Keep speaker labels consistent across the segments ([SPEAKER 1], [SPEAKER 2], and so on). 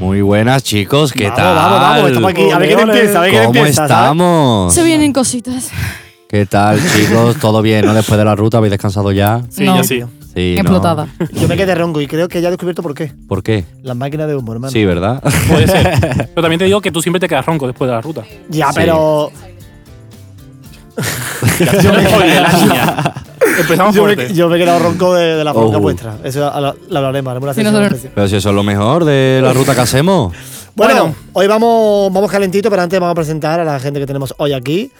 [SPEAKER 1] Muy buenas, chicos. ¿Qué
[SPEAKER 2] Vamos,
[SPEAKER 1] tal?
[SPEAKER 2] vamos, vamos, estamos aquí. A ver quién
[SPEAKER 3] Ole, ole.
[SPEAKER 2] empieza, a ver quién
[SPEAKER 1] ¿Cómo
[SPEAKER 2] empieza. ¿sabes?
[SPEAKER 1] estamos?
[SPEAKER 3] Se vienen cositas.
[SPEAKER 1] ¿Qué tal, chicos? ¿Todo bien? ¿No? Después de la ruta, ¿habéis descansado ya?
[SPEAKER 2] Sí,
[SPEAKER 3] No.
[SPEAKER 2] yo sí.
[SPEAKER 1] Sí. ¿no?
[SPEAKER 3] Explotada.
[SPEAKER 4] Yo me quedé ronco y creo que ya he descubierto por qué.
[SPEAKER 1] ¿Por qué?
[SPEAKER 4] Las máquinas de humo, hermano.
[SPEAKER 1] Sí, ¿verdad?
[SPEAKER 2] Puede ser. Pero también te digo que tú siempre te quedas ronco después de la ruta.
[SPEAKER 4] Ya,
[SPEAKER 1] Sí.
[SPEAKER 4] pero.
[SPEAKER 2] Yo me Empezamos
[SPEAKER 4] Yo
[SPEAKER 2] fuerte.
[SPEAKER 4] me, yo me he quedado ronco de, de la bronca
[SPEAKER 1] Oh.
[SPEAKER 4] vuestra. Eso a la, la hablaremos, haremos una
[SPEAKER 3] Sí,
[SPEAKER 4] sesión
[SPEAKER 3] nosotros-
[SPEAKER 4] especial.
[SPEAKER 1] Pero si eso es lo mejor de la ruta que hacemos.
[SPEAKER 4] Bueno,
[SPEAKER 2] Bueno.
[SPEAKER 4] hoy vamos, vamos calentito, pero antes vamos a presentar a la gente que tenemos hoy aquí.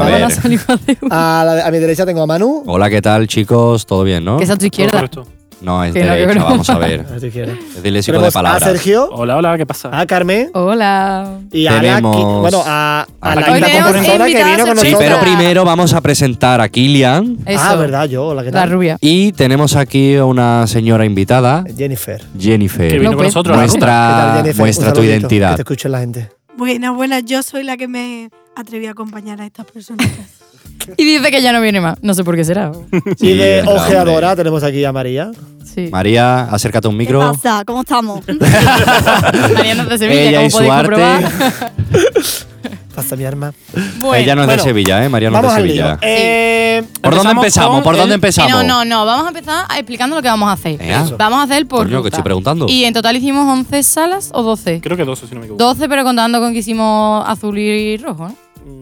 [SPEAKER 1] A
[SPEAKER 3] con
[SPEAKER 1] ver. Ah,
[SPEAKER 3] la saliva de humo.
[SPEAKER 4] A, la- a mi derecha tengo a Manu.
[SPEAKER 1] Hola, ¿qué tal, chicos? ¿Todo bien, no?
[SPEAKER 3] Que es a tu izquierda.
[SPEAKER 2] Correcto.
[SPEAKER 1] No, es
[SPEAKER 3] Que no, que
[SPEAKER 1] derecha,
[SPEAKER 3] no.
[SPEAKER 1] vamos a ver.
[SPEAKER 4] A ver si quieres.
[SPEAKER 1] Es disléxico de
[SPEAKER 4] Tenemos a
[SPEAKER 1] palabras.
[SPEAKER 4] Sergio,
[SPEAKER 2] Hola, hola, ¿qué pasa?
[SPEAKER 4] a Carmen
[SPEAKER 3] Hola.
[SPEAKER 4] y a la,
[SPEAKER 1] Tenemos-
[SPEAKER 4] qui- bueno, a, a la
[SPEAKER 1] Hoy
[SPEAKER 4] quinta
[SPEAKER 3] tenemos
[SPEAKER 4] componente que
[SPEAKER 3] invitadas
[SPEAKER 4] vino con
[SPEAKER 3] sorpresa.
[SPEAKER 1] Sí,
[SPEAKER 4] nosotros.
[SPEAKER 1] pero primero vamos a presentar a Kilian.
[SPEAKER 3] Eso.
[SPEAKER 4] Ah, verdad, yo, la que
[SPEAKER 3] La
[SPEAKER 4] tal.
[SPEAKER 3] rubia.
[SPEAKER 1] Y tenemos aquí a una señora invitada,
[SPEAKER 4] Jennifer.
[SPEAKER 2] Que vino
[SPEAKER 1] Jennifer.
[SPEAKER 3] No,
[SPEAKER 2] con
[SPEAKER 3] pues.
[SPEAKER 2] nosotros. a la ruta.
[SPEAKER 4] ¿Qué tal,
[SPEAKER 1] Muestra,
[SPEAKER 4] Jennifer?
[SPEAKER 1] Ah, muestra
[SPEAKER 4] Un
[SPEAKER 1] tu
[SPEAKER 4] saludito, Que
[SPEAKER 1] identidad.
[SPEAKER 4] te escuchen la gente.
[SPEAKER 5] Buena, buena, yo soy la que me atreví a acompañar a estas personas.
[SPEAKER 3] Y dice que ya no viene más. No sé por qué será.
[SPEAKER 1] Sí,
[SPEAKER 4] y de
[SPEAKER 1] hombre.
[SPEAKER 4] ojeadora tenemos aquí a María.
[SPEAKER 3] Sí.
[SPEAKER 1] María, acércate a un
[SPEAKER 5] ¿Qué
[SPEAKER 1] micro.
[SPEAKER 5] pasa? ¿Cómo estamos?
[SPEAKER 3] Mariana es de Sevilla,
[SPEAKER 1] Ella
[SPEAKER 3] como
[SPEAKER 1] y su
[SPEAKER 3] podéis
[SPEAKER 1] arte.
[SPEAKER 3] comprobar.
[SPEAKER 4] Pasa mi arma.
[SPEAKER 3] Bueno.
[SPEAKER 1] Ella no es
[SPEAKER 4] Bueno,
[SPEAKER 1] de Sevilla, ¿eh? María no es
[SPEAKER 4] Vamos
[SPEAKER 1] de
[SPEAKER 4] al lío.
[SPEAKER 1] Sevilla.
[SPEAKER 4] Eh,
[SPEAKER 1] ¿Por dónde
[SPEAKER 2] Empezamos
[SPEAKER 1] empezamos?
[SPEAKER 2] con
[SPEAKER 1] ¿Por dónde
[SPEAKER 2] el-
[SPEAKER 3] Eh,
[SPEAKER 1] empezamos?
[SPEAKER 3] No, no, no. Vamos a empezar a- explicando lo que vamos a hacer.
[SPEAKER 1] Venga. Eso.
[SPEAKER 3] Vamos a hacer por.
[SPEAKER 1] Coño, que
[SPEAKER 3] ruta.
[SPEAKER 1] estoy preguntando.
[SPEAKER 3] Y en total hicimos 11 salas o 12.
[SPEAKER 2] Creo que 12, si no me equivoco.
[SPEAKER 3] 12, pero contando con que hicimos azul y rojo, ¿no?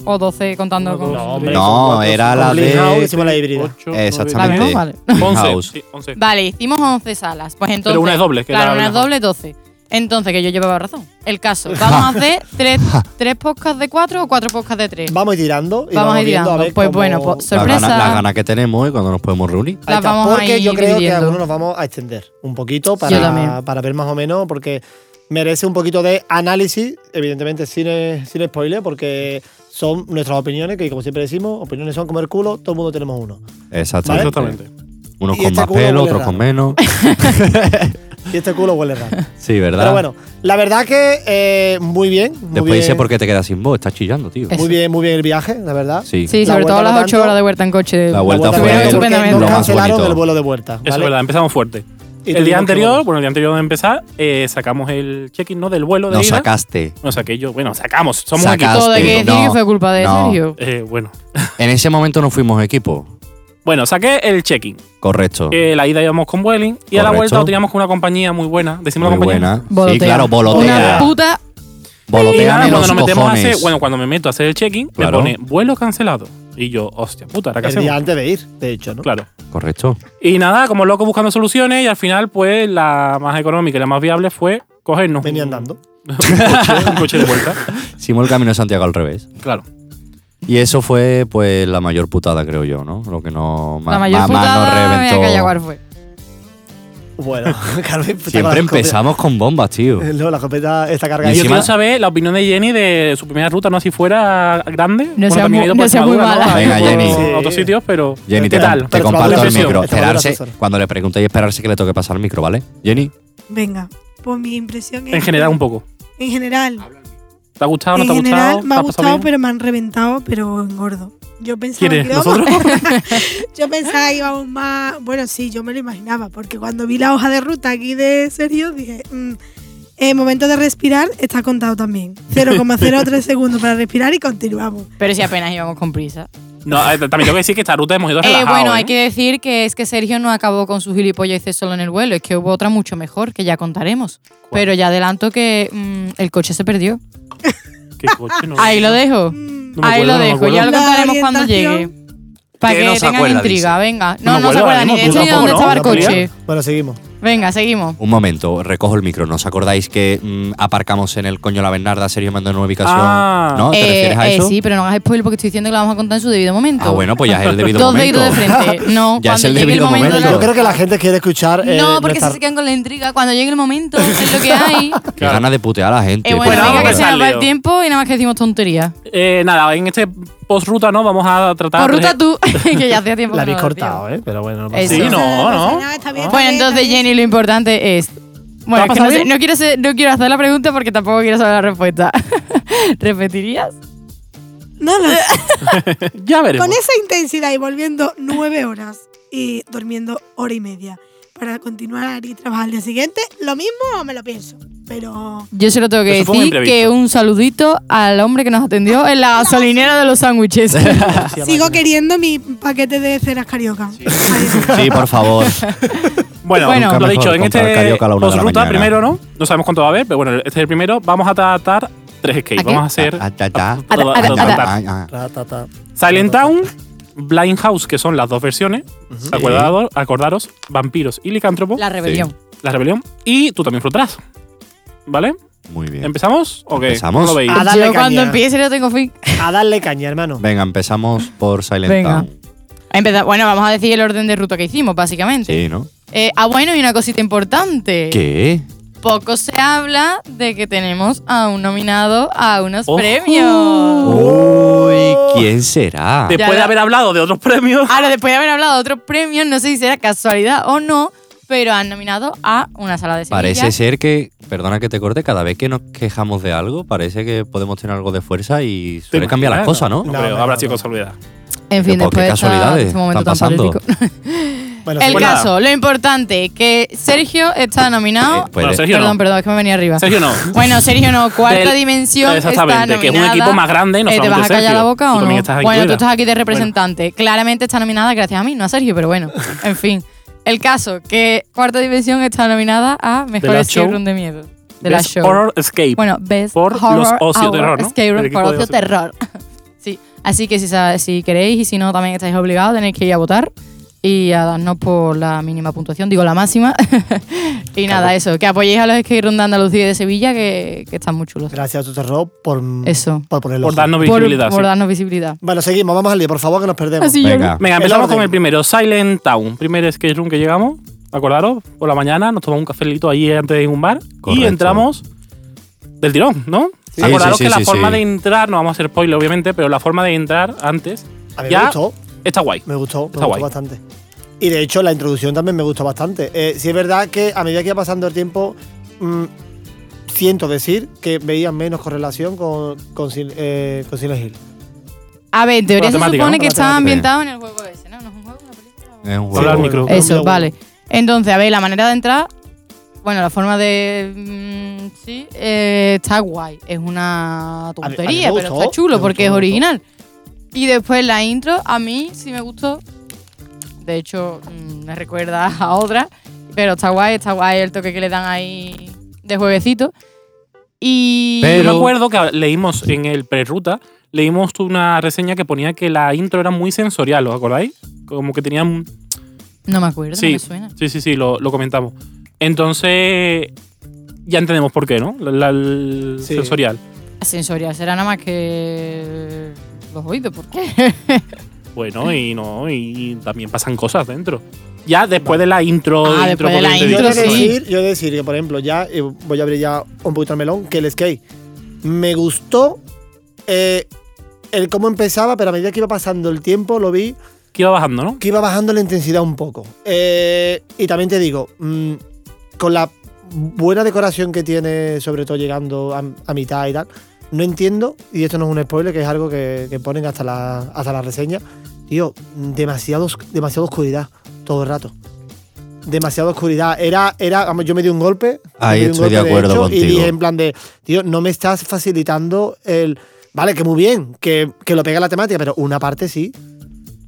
[SPEAKER 3] O 12 contando
[SPEAKER 2] Uno,
[SPEAKER 3] con.
[SPEAKER 2] dos,
[SPEAKER 4] hombre,
[SPEAKER 2] tres,
[SPEAKER 1] No,
[SPEAKER 2] cuatro,
[SPEAKER 1] era
[SPEAKER 2] cinco,
[SPEAKER 1] la
[SPEAKER 2] seis,
[SPEAKER 1] de-
[SPEAKER 2] siete,
[SPEAKER 4] hicimos la híbrida.
[SPEAKER 2] ocho, nueve,
[SPEAKER 1] Eh,
[SPEAKER 3] La
[SPEAKER 1] exactamente.
[SPEAKER 3] misma, vale.
[SPEAKER 1] House.
[SPEAKER 2] 11. sí, 11.
[SPEAKER 3] Vale, hicimos 11 salas. Pues entonces,
[SPEAKER 2] una es doble, que
[SPEAKER 3] Claro,
[SPEAKER 2] era
[SPEAKER 3] una es
[SPEAKER 2] mejor.
[SPEAKER 3] doble, 12. Entonces, que yo llevaba razón. El caso, vamos a hacer tres, tres podcasts de cuatro o cuatro podcasts de tres.
[SPEAKER 4] Vamos a ir tirando. Y
[SPEAKER 3] Vamos a ir
[SPEAKER 4] viendo
[SPEAKER 3] tirando.
[SPEAKER 4] ver
[SPEAKER 3] Pues
[SPEAKER 4] cómo-
[SPEAKER 3] bueno, pues,
[SPEAKER 1] Las
[SPEAKER 3] Sorpresa.
[SPEAKER 1] ganas las ganas que tenemos y cuando nos podemos reunir.
[SPEAKER 4] Ahí
[SPEAKER 3] las
[SPEAKER 4] está,
[SPEAKER 3] vamos a
[SPEAKER 4] porque yo
[SPEAKER 3] ir
[SPEAKER 4] creo que
[SPEAKER 3] dividiendo.
[SPEAKER 4] algunos nos vamos a extender un poquito
[SPEAKER 3] Yo también.
[SPEAKER 4] para, para ver más o menos, porque merece un poquito de análisis, evidentemente sin, eh, sin spoiler, porque son nuestras opiniones, que como siempre decimos, opiniones son como el culo, todo el mundo tenemos uno.
[SPEAKER 1] Exactamente.
[SPEAKER 2] Exactamente.
[SPEAKER 1] Unos
[SPEAKER 4] Y
[SPEAKER 1] con
[SPEAKER 4] este
[SPEAKER 1] más
[SPEAKER 4] culo
[SPEAKER 1] pelo,
[SPEAKER 4] huele
[SPEAKER 1] otros con
[SPEAKER 4] raro.
[SPEAKER 1] menos.
[SPEAKER 4] Y este culo huele raro.
[SPEAKER 1] Sí, ¿verdad?
[SPEAKER 4] Pero bueno, la verdad que eh, muy bien. Muy
[SPEAKER 1] Después
[SPEAKER 4] bien,
[SPEAKER 1] dice por qué te quedas sin voz, estás chillando, tío.
[SPEAKER 3] Es-
[SPEAKER 4] Muy bien, muy bien el viaje, la verdad.
[SPEAKER 1] Sí.
[SPEAKER 3] Sí,
[SPEAKER 4] La
[SPEAKER 3] sobre
[SPEAKER 4] vuelta
[SPEAKER 3] todo
[SPEAKER 4] no
[SPEAKER 3] las 8
[SPEAKER 4] tanto.
[SPEAKER 3] horas de vuelta en coche.
[SPEAKER 1] La vuelta
[SPEAKER 3] Estuvieron
[SPEAKER 1] fue
[SPEAKER 4] porque
[SPEAKER 3] estupendamente.
[SPEAKER 1] lo
[SPEAKER 4] Nos
[SPEAKER 1] más
[SPEAKER 4] cancelaron
[SPEAKER 1] bonito.
[SPEAKER 4] el vuelo de vuelta.
[SPEAKER 2] Eso es
[SPEAKER 4] ¿vale?
[SPEAKER 2] verdad, empezamos fuerte.
[SPEAKER 4] Y
[SPEAKER 2] el día
[SPEAKER 4] tuvimos que
[SPEAKER 2] anterior,
[SPEAKER 4] volver.
[SPEAKER 2] bueno, el día anterior de empezar, eh, sacamos el check-in, ¿no? Del vuelo de
[SPEAKER 1] Nos
[SPEAKER 2] ida.
[SPEAKER 1] sacaste.
[SPEAKER 2] No saqué yo. Bueno, sacamos. Somos
[SPEAKER 1] Saca-
[SPEAKER 2] equipo.
[SPEAKER 3] Todo hay que
[SPEAKER 1] Sí,
[SPEAKER 3] decir
[SPEAKER 1] no,
[SPEAKER 3] que fue culpa de
[SPEAKER 1] no.
[SPEAKER 3] Sergio.
[SPEAKER 2] Eh, bueno.
[SPEAKER 1] En ese momento no fuimos equipo.
[SPEAKER 2] Bueno, saqué el check-in.
[SPEAKER 1] Correcto.
[SPEAKER 2] Eh, la ida íbamos con Vueling y a la
[SPEAKER 1] Correcto.
[SPEAKER 2] vuelta lo teníamos con una compañía muy buena. Decimos la
[SPEAKER 1] Muy
[SPEAKER 2] compañía.
[SPEAKER 1] buena. Sí,
[SPEAKER 3] Bolotea.
[SPEAKER 1] claro,
[SPEAKER 3] Una
[SPEAKER 1] bolotea.
[SPEAKER 3] puta.
[SPEAKER 2] Y nada,
[SPEAKER 1] Boloteame
[SPEAKER 2] cuando
[SPEAKER 1] los
[SPEAKER 2] nos metemos a hacer,
[SPEAKER 1] cojones.
[SPEAKER 2] bueno, cuando me meto a hacer el check-in,
[SPEAKER 1] Claro.
[SPEAKER 2] me pone vuelo cancelado. Y yo, hostia, puta, ¿ahora qué
[SPEAKER 4] El día
[SPEAKER 2] hacemos?
[SPEAKER 4] antes de ir, de hecho, ¿no?
[SPEAKER 2] Claro.
[SPEAKER 1] Correcto.
[SPEAKER 2] Y nada, como loco buscando soluciones y al final, pues, la más económica y la más viable fue cogernos.
[SPEAKER 4] Venía
[SPEAKER 2] un-
[SPEAKER 4] andando.
[SPEAKER 2] un, coche, un coche de vuelta.
[SPEAKER 1] Hicimos el camino de Santiago al revés.
[SPEAKER 2] Claro.
[SPEAKER 1] Y eso fue pues la mayor putada, creo yo, ¿no? Lo que no ma-
[SPEAKER 3] la mayor
[SPEAKER 1] mamá nos
[SPEAKER 3] putada de
[SPEAKER 1] reventó.
[SPEAKER 3] aquella guar fue.
[SPEAKER 4] Bueno, Carmen, te con
[SPEAKER 1] Siempre
[SPEAKER 4] la escopeta.
[SPEAKER 1] empezamos con bombas, tío.
[SPEAKER 4] No, la escopeta está
[SPEAKER 1] Y
[SPEAKER 4] cargada.
[SPEAKER 2] Yo
[SPEAKER 1] encima-
[SPEAKER 2] quiero saber la opinión de Jenny de su primera ruta, no si fuera grande.
[SPEAKER 3] No sea
[SPEAKER 2] también
[SPEAKER 3] muy-
[SPEAKER 2] ha ido
[SPEAKER 3] no
[SPEAKER 2] por
[SPEAKER 3] sea muy
[SPEAKER 2] Extremadura,
[SPEAKER 3] mala.
[SPEAKER 2] Ha ido
[SPEAKER 1] Venga,
[SPEAKER 2] por
[SPEAKER 4] Jenny.
[SPEAKER 2] Otros
[SPEAKER 4] Sí.
[SPEAKER 2] sitios, pero.
[SPEAKER 1] Jenny, te,
[SPEAKER 4] ¿Qué tal?
[SPEAKER 1] te
[SPEAKER 4] Pero
[SPEAKER 1] comparto el
[SPEAKER 2] probablemente
[SPEAKER 1] micro.
[SPEAKER 2] sí,
[SPEAKER 1] Esperarse,
[SPEAKER 4] probablemente.
[SPEAKER 1] cuando le preguntéis, esperarse que le toque pasar el micro, ¿vale? Jenny,
[SPEAKER 5] Venga, pues mi impresión es.
[SPEAKER 2] En general, un poco.
[SPEAKER 5] En general.
[SPEAKER 2] ¿Te ha gustado? ¿No
[SPEAKER 5] en
[SPEAKER 2] te ha
[SPEAKER 5] general
[SPEAKER 2] gustado? ¿Te has
[SPEAKER 5] me ha
[SPEAKER 2] pasado
[SPEAKER 5] gustado,
[SPEAKER 2] bien?
[SPEAKER 5] pero me han reventado, pero engordo. Yo pensaba
[SPEAKER 2] ¿Quién
[SPEAKER 5] que
[SPEAKER 2] es?
[SPEAKER 5] íbamos-
[SPEAKER 2] ¿Nosotros?
[SPEAKER 5] yo pensaba que íbamos más. Bueno, sí, yo me lo imaginaba, porque cuando vi la hoja de ruta aquí de Sergio, dije. mm, el momento de respirar está contado también. 0,03 segundos para respirar y continuamos.
[SPEAKER 3] Pero si apenas íbamos con prisa.
[SPEAKER 2] No, eh, también tengo que decir que esta ruta hemos ido
[SPEAKER 3] Eh,
[SPEAKER 2] relajados.
[SPEAKER 3] bueno,
[SPEAKER 2] ¿eh?
[SPEAKER 3] hay que decir que es que Sergio no acabó con su gilipolleces solo en el vuelo. Es que hubo otra mucho mejor que ya contaremos. Pero ya adelanto que mm, el coche se perdió.
[SPEAKER 2] Qué coche, no.
[SPEAKER 3] Ahí lo dejo.
[SPEAKER 5] Mm,
[SPEAKER 2] No me
[SPEAKER 3] Ahí
[SPEAKER 2] acuerdo,
[SPEAKER 3] lo
[SPEAKER 2] no me
[SPEAKER 3] dejo.
[SPEAKER 2] acuerdo.
[SPEAKER 3] Ya lo
[SPEAKER 5] La
[SPEAKER 3] contaremos cuando llegue.
[SPEAKER 5] orientación.
[SPEAKER 3] Para
[SPEAKER 1] Que
[SPEAKER 3] que
[SPEAKER 1] no se
[SPEAKER 3] tengan
[SPEAKER 1] acuerda,
[SPEAKER 3] intriga, venga.
[SPEAKER 2] No me
[SPEAKER 3] No, no se
[SPEAKER 2] acuerdo
[SPEAKER 3] acuerda ni
[SPEAKER 2] ahora mismo,
[SPEAKER 3] de hecho
[SPEAKER 2] tú
[SPEAKER 3] ni de dónde
[SPEAKER 2] tampoco,
[SPEAKER 3] estaba el
[SPEAKER 2] ¿no?
[SPEAKER 3] coche.
[SPEAKER 4] Bueno, seguimos.
[SPEAKER 3] Venga, seguimos.
[SPEAKER 1] Un momento, recojo el micro. ¿No os acordáis que mm, aparcamos en el coño La Bernarda? Sergio mandó una ubicación.
[SPEAKER 2] Ah.
[SPEAKER 1] ¿No? ¿Te
[SPEAKER 3] Eh,
[SPEAKER 1] refieres a
[SPEAKER 3] eh,
[SPEAKER 1] eso?
[SPEAKER 3] sí, pero no hagas spoiler porque estoy diciendo que la vamos a contar en su debido momento.
[SPEAKER 1] Ah, bueno, pues ya es el debido
[SPEAKER 3] Dos
[SPEAKER 1] momento.
[SPEAKER 3] deditos de frente. No,
[SPEAKER 1] Ya es
[SPEAKER 3] cuando
[SPEAKER 1] el
[SPEAKER 3] llegue
[SPEAKER 1] debido
[SPEAKER 3] momento. de la-
[SPEAKER 1] momento.
[SPEAKER 4] Yo creo que la gente quiere escuchar. eh,
[SPEAKER 3] No, porque
[SPEAKER 4] nuestra-
[SPEAKER 3] se quedan con la intriga. Cuando llegue el momento, es lo que hay.
[SPEAKER 1] Qué ganas de putear a la gente.
[SPEAKER 3] Eh, bueno,
[SPEAKER 1] por
[SPEAKER 2] vamos
[SPEAKER 3] venga,
[SPEAKER 2] a
[SPEAKER 3] que
[SPEAKER 1] favor.
[SPEAKER 3] se nos va
[SPEAKER 2] empezar,
[SPEAKER 3] el
[SPEAKER 2] Leo.
[SPEAKER 3] tiempo y nada más que decimos tonterías.
[SPEAKER 2] Eh, nada, en este post-ruta, ¿no? Vamos a tratar.
[SPEAKER 3] Por ruta tú, que ya hacía tiempo.
[SPEAKER 4] La
[SPEAKER 3] que
[SPEAKER 4] habéis
[SPEAKER 3] no lo hacía.
[SPEAKER 4] cortado, ¿eh? Pero bueno, no pasa
[SPEAKER 3] Eso.
[SPEAKER 2] Sí,
[SPEAKER 4] nada.
[SPEAKER 2] no, no.
[SPEAKER 5] Nada, está bien, está
[SPEAKER 3] Bueno,
[SPEAKER 5] bien,
[SPEAKER 3] entonces,
[SPEAKER 5] está bien.
[SPEAKER 3] Jenny, lo importante es.
[SPEAKER 2] ¿Te ha
[SPEAKER 3] Bueno, es que no,
[SPEAKER 2] pasado
[SPEAKER 3] sé-
[SPEAKER 2] bien?
[SPEAKER 3] no quiero ser- no quiero hacer la pregunta porque tampoco quiero saber la respuesta. ¿Repetirías?
[SPEAKER 5] No, no.
[SPEAKER 2] Ya veremos.
[SPEAKER 5] Con esa intensidad y volviendo nueve horas y durmiendo hora y media para continuar y trabajar al día siguiente, lo mismo me lo pienso. Pero
[SPEAKER 3] Yo se lo tengo que
[SPEAKER 2] Eso fue un
[SPEAKER 3] decir
[SPEAKER 2] imprevisto.
[SPEAKER 3] que un saludito al hombre que nos atendió en la gasolinera de los sándwiches.
[SPEAKER 5] sigo queriendo mi paquete de ceras carioca.
[SPEAKER 1] Sí, por favor.
[SPEAKER 2] Bueno,
[SPEAKER 3] Bueno.
[SPEAKER 2] lo
[SPEAKER 1] Nunca
[SPEAKER 2] dicho,
[SPEAKER 1] mejor
[SPEAKER 2] en
[SPEAKER 1] comprar
[SPEAKER 2] este
[SPEAKER 1] carioca a la una de la
[SPEAKER 2] post-ruta,
[SPEAKER 1] mañana.
[SPEAKER 2] primero, ¿no? No sabemos cuánto va a haber, pero bueno, este es el primero. Vamos a tratar tres skates.
[SPEAKER 3] ¿A qué?
[SPEAKER 2] Vamos a hacer
[SPEAKER 1] Ah, ta, ta.
[SPEAKER 2] a- a- a-
[SPEAKER 3] a-
[SPEAKER 2] a-
[SPEAKER 1] Ah, ah.
[SPEAKER 4] Ra, ta, ta.
[SPEAKER 2] Silent Town, Blind House, que son las dos versiones. Acordado- acordaros, vampiros y licántropo, la,
[SPEAKER 3] la rebelión.
[SPEAKER 2] rebelión. Y tú también flotarás. ¿Vale?
[SPEAKER 1] Muy bien.
[SPEAKER 2] ¿Empezamos? ¿O qué?
[SPEAKER 1] Empezamos.
[SPEAKER 2] ¿Cómo lo veis?
[SPEAKER 4] A darle
[SPEAKER 3] Yo cuando
[SPEAKER 4] caña.
[SPEAKER 3] empiece no tengo fin.
[SPEAKER 4] A darle caña, hermano.
[SPEAKER 1] Venga, empezamos por Silent
[SPEAKER 3] Venga.
[SPEAKER 1] Town.
[SPEAKER 3] A empezar- Bueno, vamos a decir el orden de ruta que hicimos, básicamente.
[SPEAKER 1] Sí, ¿no?
[SPEAKER 3] Eh, ah, bueno, y una cosita importante.
[SPEAKER 1] ¿Qué?
[SPEAKER 3] Poco se habla de que tenemos a un nominado a unos
[SPEAKER 2] Ojo.
[SPEAKER 3] premios.
[SPEAKER 1] Uy, ¿quién será?
[SPEAKER 2] Después
[SPEAKER 3] Ya
[SPEAKER 2] de
[SPEAKER 3] la- Ah.
[SPEAKER 2] haber hablado de otros premios,
[SPEAKER 3] Ahora, después de haber hablado de otros premios, no sé si será casualidad o no, pero han nominado a una sala de Sevilla.
[SPEAKER 1] Parece ser que, perdona que te corte, cada vez que nos quejamos de algo, parece que podemos tener algo de fuerza y
[SPEAKER 2] Te
[SPEAKER 1] suele cambiar las
[SPEAKER 2] imaginas,
[SPEAKER 1] cosas, ¿no? Pues
[SPEAKER 2] No,
[SPEAKER 4] No,
[SPEAKER 2] creo,
[SPEAKER 4] no,
[SPEAKER 2] habrá
[SPEAKER 4] no,
[SPEAKER 2] sido
[SPEAKER 4] no.
[SPEAKER 2] casualidad.
[SPEAKER 3] En fin,
[SPEAKER 1] Qué po- qué
[SPEAKER 3] después de esta-
[SPEAKER 1] casualidades
[SPEAKER 3] de este momento
[SPEAKER 1] están
[SPEAKER 3] tan
[SPEAKER 1] pasando.
[SPEAKER 3] político.
[SPEAKER 4] Bueno,
[SPEAKER 3] El
[SPEAKER 4] sí.
[SPEAKER 2] nada.
[SPEAKER 3] caso, lo importante, que Sergio está nominado.
[SPEAKER 1] Eh, pues,
[SPEAKER 2] Bueno, Sergio
[SPEAKER 3] perdón,
[SPEAKER 2] no.
[SPEAKER 3] perdón, es que me venía arriba.
[SPEAKER 2] Sergio no.
[SPEAKER 3] Bueno, Sergio no, cuarta
[SPEAKER 2] Del-
[SPEAKER 3] dimensión.
[SPEAKER 2] Exactamente,
[SPEAKER 3] está
[SPEAKER 2] que es un
[SPEAKER 3] nominada.
[SPEAKER 2] equipo más grande y no
[SPEAKER 3] Eh, ¿Te vas a
[SPEAKER 2] solamente
[SPEAKER 3] callar
[SPEAKER 2] Sergio,
[SPEAKER 3] la boca
[SPEAKER 2] tú
[SPEAKER 3] o no?
[SPEAKER 2] también estás aquí
[SPEAKER 3] bueno, tú
[SPEAKER 2] incluida.
[SPEAKER 3] estás aquí de representante. Claramente está nominada gracias a mí, no a Sergio, pero bueno. En fin. El caso, que cuarta dimensión está nominada a Mejor
[SPEAKER 2] Last Show.
[SPEAKER 3] Escape Room de Miedo. De la
[SPEAKER 2] Best
[SPEAKER 3] show.
[SPEAKER 2] Horror Escape.
[SPEAKER 3] Bueno, Best
[SPEAKER 2] Por
[SPEAKER 3] Horror
[SPEAKER 2] los Ocio
[SPEAKER 3] Hour
[SPEAKER 2] Terror, ¿no?
[SPEAKER 3] Escape Room
[SPEAKER 2] El
[SPEAKER 3] por
[SPEAKER 2] equipo de
[SPEAKER 3] Ocio
[SPEAKER 2] Ocio.
[SPEAKER 3] Terror. sí. Así que si, sa- si queréis y si no también estáis obligados, tenéis que ir a votar y a darnos por la mínima puntuación, digo la máxima. y nada, eso, que apoyéis a los Escape Room de Andalucía y de Sevilla, que, que están muy chulos.
[SPEAKER 4] Gracias a tu terror por,
[SPEAKER 3] Eso.
[SPEAKER 4] por ponerlo.
[SPEAKER 2] por darnos visibilidad.
[SPEAKER 3] por, por
[SPEAKER 2] sí.
[SPEAKER 3] darnos visibilidad.
[SPEAKER 4] Bueno, seguimos, vamos al lío, por favor, que nos perdemos.
[SPEAKER 3] Así yo
[SPEAKER 1] Venga.
[SPEAKER 2] Venga,
[SPEAKER 4] El
[SPEAKER 2] empezamos
[SPEAKER 4] orden.
[SPEAKER 2] con el primero, Silent Town. Primer skate room que llegamos. Acordaros, por la mañana nos tomamos un cafelito allí antes de ir a un bar y
[SPEAKER 1] Correcto.
[SPEAKER 2] entramos del tirón, ¿no?
[SPEAKER 1] Sí,
[SPEAKER 2] Acordaros
[SPEAKER 1] sí,
[SPEAKER 2] que
[SPEAKER 1] sí,
[SPEAKER 2] la
[SPEAKER 1] sí,
[SPEAKER 2] forma
[SPEAKER 1] sí.
[SPEAKER 2] de entrar, no vamos a hacer spoiler obviamente, pero la forma de entrar antes
[SPEAKER 4] A mí me
[SPEAKER 2] ya
[SPEAKER 4] gustó,
[SPEAKER 2] está guay.
[SPEAKER 4] me gustó, me
[SPEAKER 2] Está
[SPEAKER 4] gustó
[SPEAKER 2] guay.
[SPEAKER 4] bastante. Y de hecho, la introducción también me gustó bastante. Eh, sí, es verdad que a medida que iba pasando el tiempo, mm, siento decir que veía menos correlación con, con, Sil- eh, con Silent Hill.
[SPEAKER 3] A ver, en teoría
[SPEAKER 2] Por
[SPEAKER 3] se
[SPEAKER 2] la temática, ¿no?
[SPEAKER 3] supone que
[SPEAKER 4] Por la
[SPEAKER 3] está
[SPEAKER 4] temática.
[SPEAKER 3] ambientado en el juego ese, ¿no? ¿No es un juego, una película?
[SPEAKER 1] Es un
[SPEAKER 2] Habla al
[SPEAKER 1] juego.
[SPEAKER 2] micro.
[SPEAKER 3] Eso, vale. Entonces, a ver, la manera de entrar, bueno, la forma de... mm, sí, eh, está guay. Es una
[SPEAKER 4] mí- a mí me
[SPEAKER 3] tontería, pero
[SPEAKER 4] gustó,
[SPEAKER 3] está chulo
[SPEAKER 4] me
[SPEAKER 3] porque es
[SPEAKER 4] gustó, me
[SPEAKER 3] original. Y después la intro, a mí sí me gustó. De hecho, mm, me recuerda a otra. Pero está guay, está guay el toque que le dan ahí de jueguecito. Y...
[SPEAKER 2] Yo
[SPEAKER 1] Pero-
[SPEAKER 2] me acuerdo que leímos en el pre-ruta, leímos una reseña que ponía que la intro era muy sensorial, ¿os acordáis? Como que tenían...
[SPEAKER 3] No me acuerdo,
[SPEAKER 2] Sí.
[SPEAKER 3] no me suena.
[SPEAKER 2] Sí, sí, sí, lo, lo comentamos. Entonces, ya entendemos por qué, ¿no? La, la- el
[SPEAKER 4] Sí.
[SPEAKER 2] sensorial.
[SPEAKER 3] Sensorial será nada más que los oídos, ¿por qué?
[SPEAKER 2] Bueno, y no, y también pasan cosas dentro. Ya después de la intro.
[SPEAKER 3] Ah,
[SPEAKER 2] de intro
[SPEAKER 3] después de la
[SPEAKER 2] porque te
[SPEAKER 4] Yo he
[SPEAKER 3] intro,
[SPEAKER 4] de
[SPEAKER 2] digo, ¿no?
[SPEAKER 3] sí.
[SPEAKER 4] decir, yo he de decir que, por ejemplo, ya eh, voy a abrir ya un poquito el melón, que el skate me gustó eh, el cómo empezaba, pero a medida que iba pasando el tiempo lo vi
[SPEAKER 2] Que iba bajando, ¿no?
[SPEAKER 4] que iba bajando la intensidad un poco. Eh, y también te digo, mm, con la buena decoración que tiene, sobre todo llegando a, a mitad y tal, no entiendo, y esto no es un spoiler, que es algo que, que ponen hasta la, hasta la reseña, tío, mm, demasiado, os- demasiada oscuridad todo el rato. Demasiada oscuridad. Era, era, vamos, yo me di un golpe.
[SPEAKER 1] Ahí
[SPEAKER 4] me di un
[SPEAKER 1] estoy de
[SPEAKER 4] golpe
[SPEAKER 1] acuerdo
[SPEAKER 4] Y
[SPEAKER 1] contigo.
[SPEAKER 4] dije en plan de, tío, no me estás facilitando el... Vale, que muy bien, que, que lo pega la temática, pero una parte sí.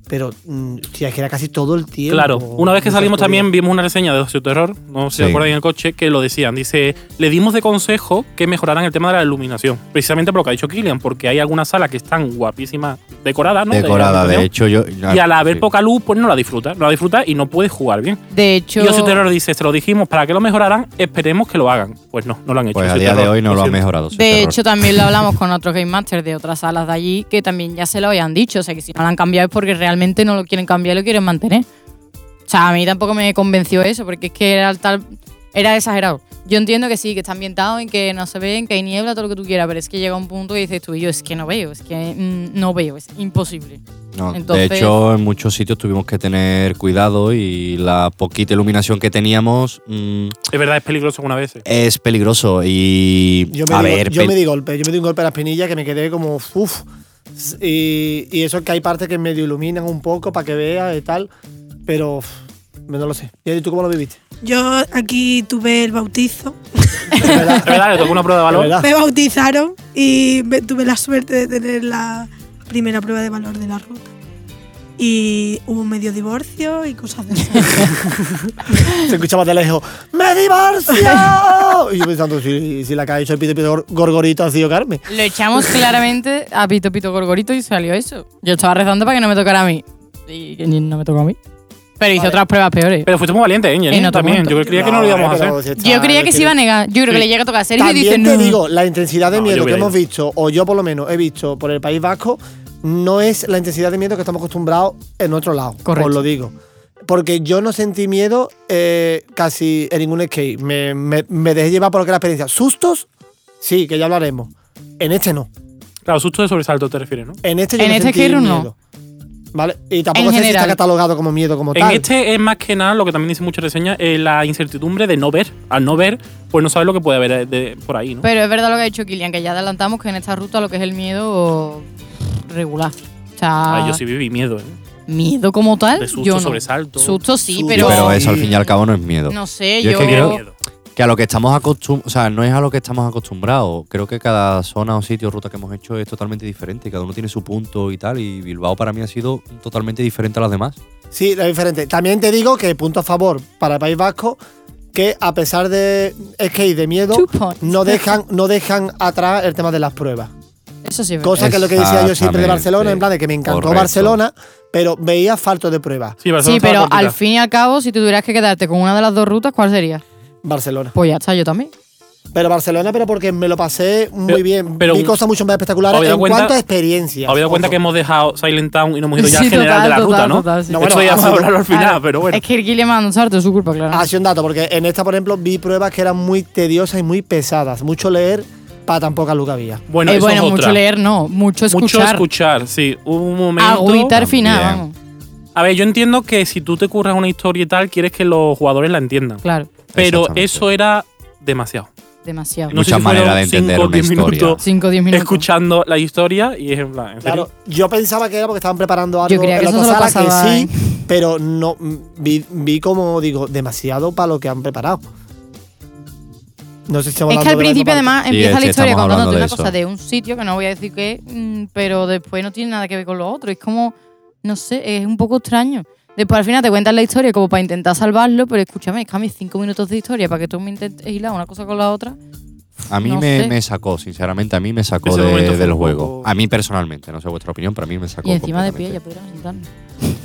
[SPEAKER 4] Pero, mm, hostia, es que era casi todo el tiempo.
[SPEAKER 2] Claro, una vez que
[SPEAKER 4] Muchas
[SPEAKER 2] salimos
[SPEAKER 4] corridas.
[SPEAKER 2] también vimos una reseña de Ocio Terror, no sé si
[SPEAKER 1] Sí.
[SPEAKER 2] acuerdan en el coche, que lo decían. Dice, le dimos de consejo que mejoraran el tema de la iluminación. Precisamente por lo que ha dicho Kilian, porque hay algunas salas que están guapísimas, decoradas, ¿no?
[SPEAKER 1] Decorada, de
[SPEAKER 2] iluminación.
[SPEAKER 1] hecho yo...
[SPEAKER 2] Y al haber
[SPEAKER 1] sí.
[SPEAKER 2] poca luz, pues no la disfrutas, no la disfrutas y no puedes jugar bien.
[SPEAKER 3] De hecho,
[SPEAKER 2] Y Ocio Terror dice, se lo dijimos para que lo mejoraran, esperemos que lo hagan. Pues no, no lo han hecho.
[SPEAKER 1] Pues a
[SPEAKER 2] Ocio
[SPEAKER 1] día de
[SPEAKER 2] Terror,
[SPEAKER 1] hoy no lo han
[SPEAKER 2] siento.
[SPEAKER 1] mejorado. sí,
[SPEAKER 3] de
[SPEAKER 1] Pues terror.
[SPEAKER 3] hecho también lo hablamos con otros Game Masters de otras salas de allí que también ya se lo habían dicho. O sea, que si no lo han cambiado es porque realmente no lo quieren cambiar y lo quieren mantener. O sea, a mí tampoco me convenció eso porque es que era tal... Era exagerado. Yo entiendo que sí, que está ambientado en que no se ve, en que hay niebla, todo lo que tú quieras, pero es que llega un punto que dices tú y yo, es que no veo, es que mm, no veo, es imposible.
[SPEAKER 1] No,
[SPEAKER 3] Entonces-
[SPEAKER 1] de hecho, en muchos sitios tuvimos que tener cuidado y la poquita iluminación que teníamos mm,
[SPEAKER 2] Es verdad, es peligroso alguna vez. eh.
[SPEAKER 1] es peligroso. Y
[SPEAKER 4] Yo me,
[SPEAKER 1] a
[SPEAKER 4] di,
[SPEAKER 1] ver,
[SPEAKER 4] yo
[SPEAKER 1] pe-
[SPEAKER 4] me di golpe, yo me di un golpe a la espinilla que me quedé como, uff. Y, y eso que hay partes que medio iluminan un poco para que vea y tal, pero uf, no lo sé. ¿Y tú cómo lo viviste?
[SPEAKER 5] Yo aquí tuve el bautizo,
[SPEAKER 4] De verdad,
[SPEAKER 2] Es verdad, le tocó una prueba de
[SPEAKER 4] de
[SPEAKER 2] valor.
[SPEAKER 4] verdad.
[SPEAKER 5] me bautizaron y me- tuve la suerte de tener la primera prueba de valor de la ruta. Y hubo un medio divorcio y cosas de esas.
[SPEAKER 4] Se escuchaba de lejos, ¡Me divorcio! y yo pensando, si, si la que ha hecho el pito, pito gor- gorgorito ha sido Carmen.
[SPEAKER 3] Lo echamos claramente a Pito Pito Gorgorito y salió eso. Yo estaba rezando para que no me tocara a mí. Y que no me tocó a mí. Pero hice otras pruebas peores.
[SPEAKER 2] Pero fuiste muy valiente, ¿eh, Jenny?
[SPEAKER 3] Y no te
[SPEAKER 2] También,
[SPEAKER 3] aguanto.
[SPEAKER 2] yo creía que no lo íbamos a hacer.
[SPEAKER 4] eh, pero si está-
[SPEAKER 3] yo creía que se iba a negar. Yo creo que
[SPEAKER 2] Sí.
[SPEAKER 3] le llega a tocar a Sergio y dice
[SPEAKER 4] También
[SPEAKER 3] no.
[SPEAKER 4] te digo, la intensidad de
[SPEAKER 2] No, yo
[SPEAKER 4] miedo que
[SPEAKER 2] hubiera
[SPEAKER 4] hemos
[SPEAKER 2] ido.
[SPEAKER 4] visto, o yo por lo menos he visto por el País Vasco, no es la intensidad de miedo que estamos acostumbrados en otro lado.
[SPEAKER 3] Correcto.
[SPEAKER 4] Os lo digo. Porque yo no sentí miedo eh, casi en ningún skate. Me, me- me dejé llevar por lo que era la experiencia. ¿Sustos? Sí, que ya hablaremos. En este no.
[SPEAKER 2] Claro, susto de sobresalto te refieres, ¿no?
[SPEAKER 4] En este yo
[SPEAKER 3] En
[SPEAKER 4] no
[SPEAKER 3] este
[SPEAKER 4] sentí
[SPEAKER 3] skate room no.
[SPEAKER 4] miedo. ¿Vale? Y tampoco
[SPEAKER 3] En
[SPEAKER 4] sé si
[SPEAKER 3] general.
[SPEAKER 4] está catalogado como miedo como
[SPEAKER 2] En
[SPEAKER 4] tal.
[SPEAKER 2] este es más que nada lo que también dice muchas reseñas, eh, la incertidumbre de no ver. Al no ver, pues no sabes lo que puede haber eh, de- por ahí, ¿no?
[SPEAKER 3] Pero es verdad lo que ha dicho Kilian, que ya adelantamos que en esta ruta lo que es el miedo regular. O sea,
[SPEAKER 2] Ay, yo sí viví miedo, ¿eh?
[SPEAKER 3] miedo como tal.
[SPEAKER 2] De susto,
[SPEAKER 3] ah, ¿eh? yo no.
[SPEAKER 2] sobresalto.
[SPEAKER 3] Susto sí,
[SPEAKER 4] Susto.
[SPEAKER 1] Sí,
[SPEAKER 3] pero.
[SPEAKER 1] pero, eso al fin y al cabo no es miedo.
[SPEAKER 3] No sé,
[SPEAKER 1] Yo
[SPEAKER 3] yo.
[SPEAKER 1] es que creo-
[SPEAKER 2] Miedo.
[SPEAKER 1] Que a lo que estamos acostumbrados, o sea, no es a lo que estamos acostumbrados. Creo que cada zona o sitio o ruta que hemos hecho es totalmente diferente. Cada uno tiene su punto y tal. Y Bilbao para mí ha sido totalmente diferente a las demás.
[SPEAKER 4] Sí, es diferente. También te digo que punto a favor para el País Vasco, que a pesar de skate de miedo,
[SPEAKER 3] Two points.
[SPEAKER 4] no dejan, no dejan atrás el tema de las pruebas.
[SPEAKER 3] Eso sí, es verdad.
[SPEAKER 4] Cosa que es lo que decía yo siempre de Barcelona, en plan de que me encantó
[SPEAKER 1] Correcto.
[SPEAKER 4] Barcelona, pero veía falto de pruebas.
[SPEAKER 2] Sí, Barcelona
[SPEAKER 3] Sí,
[SPEAKER 2] estaba
[SPEAKER 3] pero
[SPEAKER 2] complicada.
[SPEAKER 3] al fin y al cabo, si tú tuvieras que quedarte con una de las dos rutas, ¿cuál sería?
[SPEAKER 4] Barcelona.
[SPEAKER 3] Pues ya está, yo también.
[SPEAKER 4] Pero Barcelona, pero porque me lo pasé muy
[SPEAKER 2] Pero-
[SPEAKER 4] bien.
[SPEAKER 2] pero
[SPEAKER 4] Vi
[SPEAKER 2] un-
[SPEAKER 4] cosas mucho más espectaculares
[SPEAKER 2] ¿Habéis
[SPEAKER 4] en
[SPEAKER 2] dado cuenta-
[SPEAKER 4] cuanto a experiencia.
[SPEAKER 2] Habéis dado cuenta que hemos dejado Silent Town y nos hemos ido ya
[SPEAKER 3] Sí,
[SPEAKER 2] al general
[SPEAKER 3] total,
[SPEAKER 2] de la
[SPEAKER 3] total,
[SPEAKER 2] ruta, ¿no?
[SPEAKER 3] total, sí.
[SPEAKER 4] No,
[SPEAKER 2] Esto
[SPEAKER 4] bueno,
[SPEAKER 2] ya se
[SPEAKER 4] vamos a-
[SPEAKER 2] hablará al final,
[SPEAKER 3] Claro,
[SPEAKER 2] pero bueno.
[SPEAKER 3] Es que el Guillermo Anzarte es su culpa, claro.
[SPEAKER 4] Así un dato, porque en esta, por ejemplo, vi pruebas que eran muy tediosas y muy pesadas. Mucho leer para tan poca luz que había.
[SPEAKER 2] Bueno,
[SPEAKER 3] Eh,
[SPEAKER 2] eso
[SPEAKER 3] bueno
[SPEAKER 2] es
[SPEAKER 3] mucho
[SPEAKER 2] otra.
[SPEAKER 3] leer no,
[SPEAKER 2] Mucho
[SPEAKER 3] mucho escuchar.
[SPEAKER 2] escuchar, sí. Hubo un momento.
[SPEAKER 3] Agüita al final,
[SPEAKER 1] También.
[SPEAKER 3] vamos.
[SPEAKER 2] A ver, yo entiendo que si tú te curras una historia y tal, quieres que los jugadores la entiendan.
[SPEAKER 3] Claro,
[SPEAKER 2] Pero
[SPEAKER 1] Exactamente.
[SPEAKER 2] eso era demasiado.
[SPEAKER 3] demasiado.
[SPEAKER 2] No sé
[SPEAKER 1] Mucha
[SPEAKER 2] si fueron
[SPEAKER 1] manera de entender
[SPEAKER 2] cinco,
[SPEAKER 1] una
[SPEAKER 2] diez
[SPEAKER 1] historia.
[SPEAKER 2] minutos
[SPEAKER 3] 5 o 10 minutos.
[SPEAKER 2] escuchando la historia y es en plan. ¿en serio?
[SPEAKER 4] Claro, yo pensaba que era porque estaban preparando algo
[SPEAKER 3] creía
[SPEAKER 4] en
[SPEAKER 3] que
[SPEAKER 4] la
[SPEAKER 3] eso
[SPEAKER 4] otra
[SPEAKER 3] se lo
[SPEAKER 4] sala, que
[SPEAKER 3] pasaba, ¿eh?
[SPEAKER 4] sí, pero no mm, vi, vi como digo, demasiado para lo que han preparado. No sé si estamos
[SPEAKER 3] Es
[SPEAKER 4] hablando de
[SPEAKER 3] que al
[SPEAKER 4] la misma
[SPEAKER 3] principio
[SPEAKER 4] parte.
[SPEAKER 3] además
[SPEAKER 1] Sí,
[SPEAKER 3] empieza
[SPEAKER 1] es
[SPEAKER 3] la
[SPEAKER 1] que
[SPEAKER 3] historia
[SPEAKER 1] estamos
[SPEAKER 3] contándote una
[SPEAKER 1] hablando de
[SPEAKER 3] cosa
[SPEAKER 1] eso.
[SPEAKER 3] de un sitio que no voy a decir qué, mm, pero después no tiene nada que ver con lo otro. Es como, no sé, es un poco extraño. Después al final te cuentan la historia como para intentar salvarlo, pero escúchame, es que a mis 5 minutos de historia para que tú me intentes hilar una cosa con la otra.
[SPEAKER 1] A mí
[SPEAKER 3] No
[SPEAKER 1] me,
[SPEAKER 3] sé.
[SPEAKER 1] me sacó, sinceramente, a mí me sacó
[SPEAKER 2] Ese
[SPEAKER 1] de-
[SPEAKER 2] momento fue
[SPEAKER 1] del
[SPEAKER 2] un
[SPEAKER 1] juego.
[SPEAKER 2] poco-
[SPEAKER 1] A mí personalmente, no sé vuestra opinión, pero a mí me sacó.
[SPEAKER 3] Y encima de pie ya
[SPEAKER 1] completamente.
[SPEAKER 3] podríamos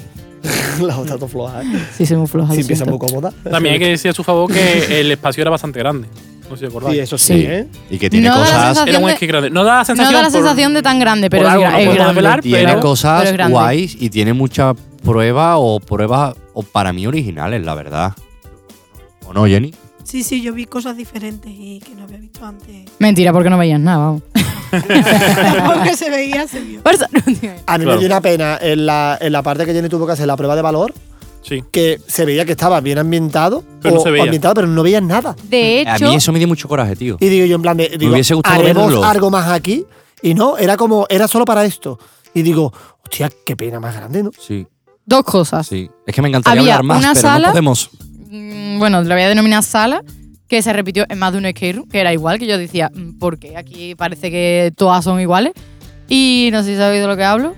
[SPEAKER 3] sentarnos.
[SPEAKER 4] la otra todo floja, ¿eh?
[SPEAKER 3] Sí, se me floja.
[SPEAKER 4] Sí,
[SPEAKER 3] lo
[SPEAKER 4] empieza muy
[SPEAKER 3] siento.
[SPEAKER 4] cómoda.
[SPEAKER 2] También hay que decir a su favor que el espacio era bastante grande. No sé si acordáis.
[SPEAKER 4] Sí, eso sí,
[SPEAKER 1] Sí.
[SPEAKER 4] ¿eh?
[SPEAKER 1] Y que tiene
[SPEAKER 3] No da la
[SPEAKER 1] cosas
[SPEAKER 3] sensación
[SPEAKER 2] Era un
[SPEAKER 3] de-
[SPEAKER 2] esquí grande. No da la sensación.
[SPEAKER 3] No da la
[SPEAKER 2] por-
[SPEAKER 3] sensación de tan grande, pero
[SPEAKER 2] por
[SPEAKER 3] es,
[SPEAKER 2] algo,
[SPEAKER 3] gra-
[SPEAKER 2] no
[SPEAKER 3] es
[SPEAKER 2] podemos
[SPEAKER 3] grande.
[SPEAKER 2] revelar,
[SPEAKER 1] tiene
[SPEAKER 2] pero-
[SPEAKER 3] pero
[SPEAKER 1] cosas
[SPEAKER 3] es grande.
[SPEAKER 1] guays y tiene muchas pruebas o pruebas o para mí originales, la verdad. ¿O no, Jenny?
[SPEAKER 5] Sí, sí, yo vi cosas diferentes y que no había visto antes.
[SPEAKER 3] Mentira, porque no veías nada, vamos.
[SPEAKER 5] Porque se veía, se vio.
[SPEAKER 3] Por eso- Pero
[SPEAKER 4] A
[SPEAKER 2] Claro.
[SPEAKER 4] mí me dio una pena en la, en la parte que Jenny tuvo que hacer la prueba de valor,
[SPEAKER 2] Sí.
[SPEAKER 4] que se veía que estaba bien ambientado,
[SPEAKER 2] Pero no
[SPEAKER 4] o-
[SPEAKER 2] se veía.
[SPEAKER 4] ambientado, pero no veías nada.
[SPEAKER 3] de
[SPEAKER 1] A
[SPEAKER 3] hecho,
[SPEAKER 1] mí eso me dio mucho coraje, tío.
[SPEAKER 4] Y digo yo en plan de, digo,
[SPEAKER 1] hubiese gustado
[SPEAKER 4] haremos
[SPEAKER 1] verlo.
[SPEAKER 4] algo más aquí. Y no, era como, era solo para esto. Y digo, hostia, qué pena más grande, ¿no?
[SPEAKER 1] Sí,
[SPEAKER 3] dos cosas.
[SPEAKER 1] sí. Es que me encantaría
[SPEAKER 3] Ah. Había
[SPEAKER 1] hablar más,
[SPEAKER 3] una
[SPEAKER 1] pero
[SPEAKER 3] sala-
[SPEAKER 1] no podemos.
[SPEAKER 3] Mm, bueno, la voy a denominar sala, que se repitió en más de un escape room, que era igual, que yo decía, "Mm, ¿por qué? Aquí parece que todas son iguales. Y no sé si sabéis de lo que hablo.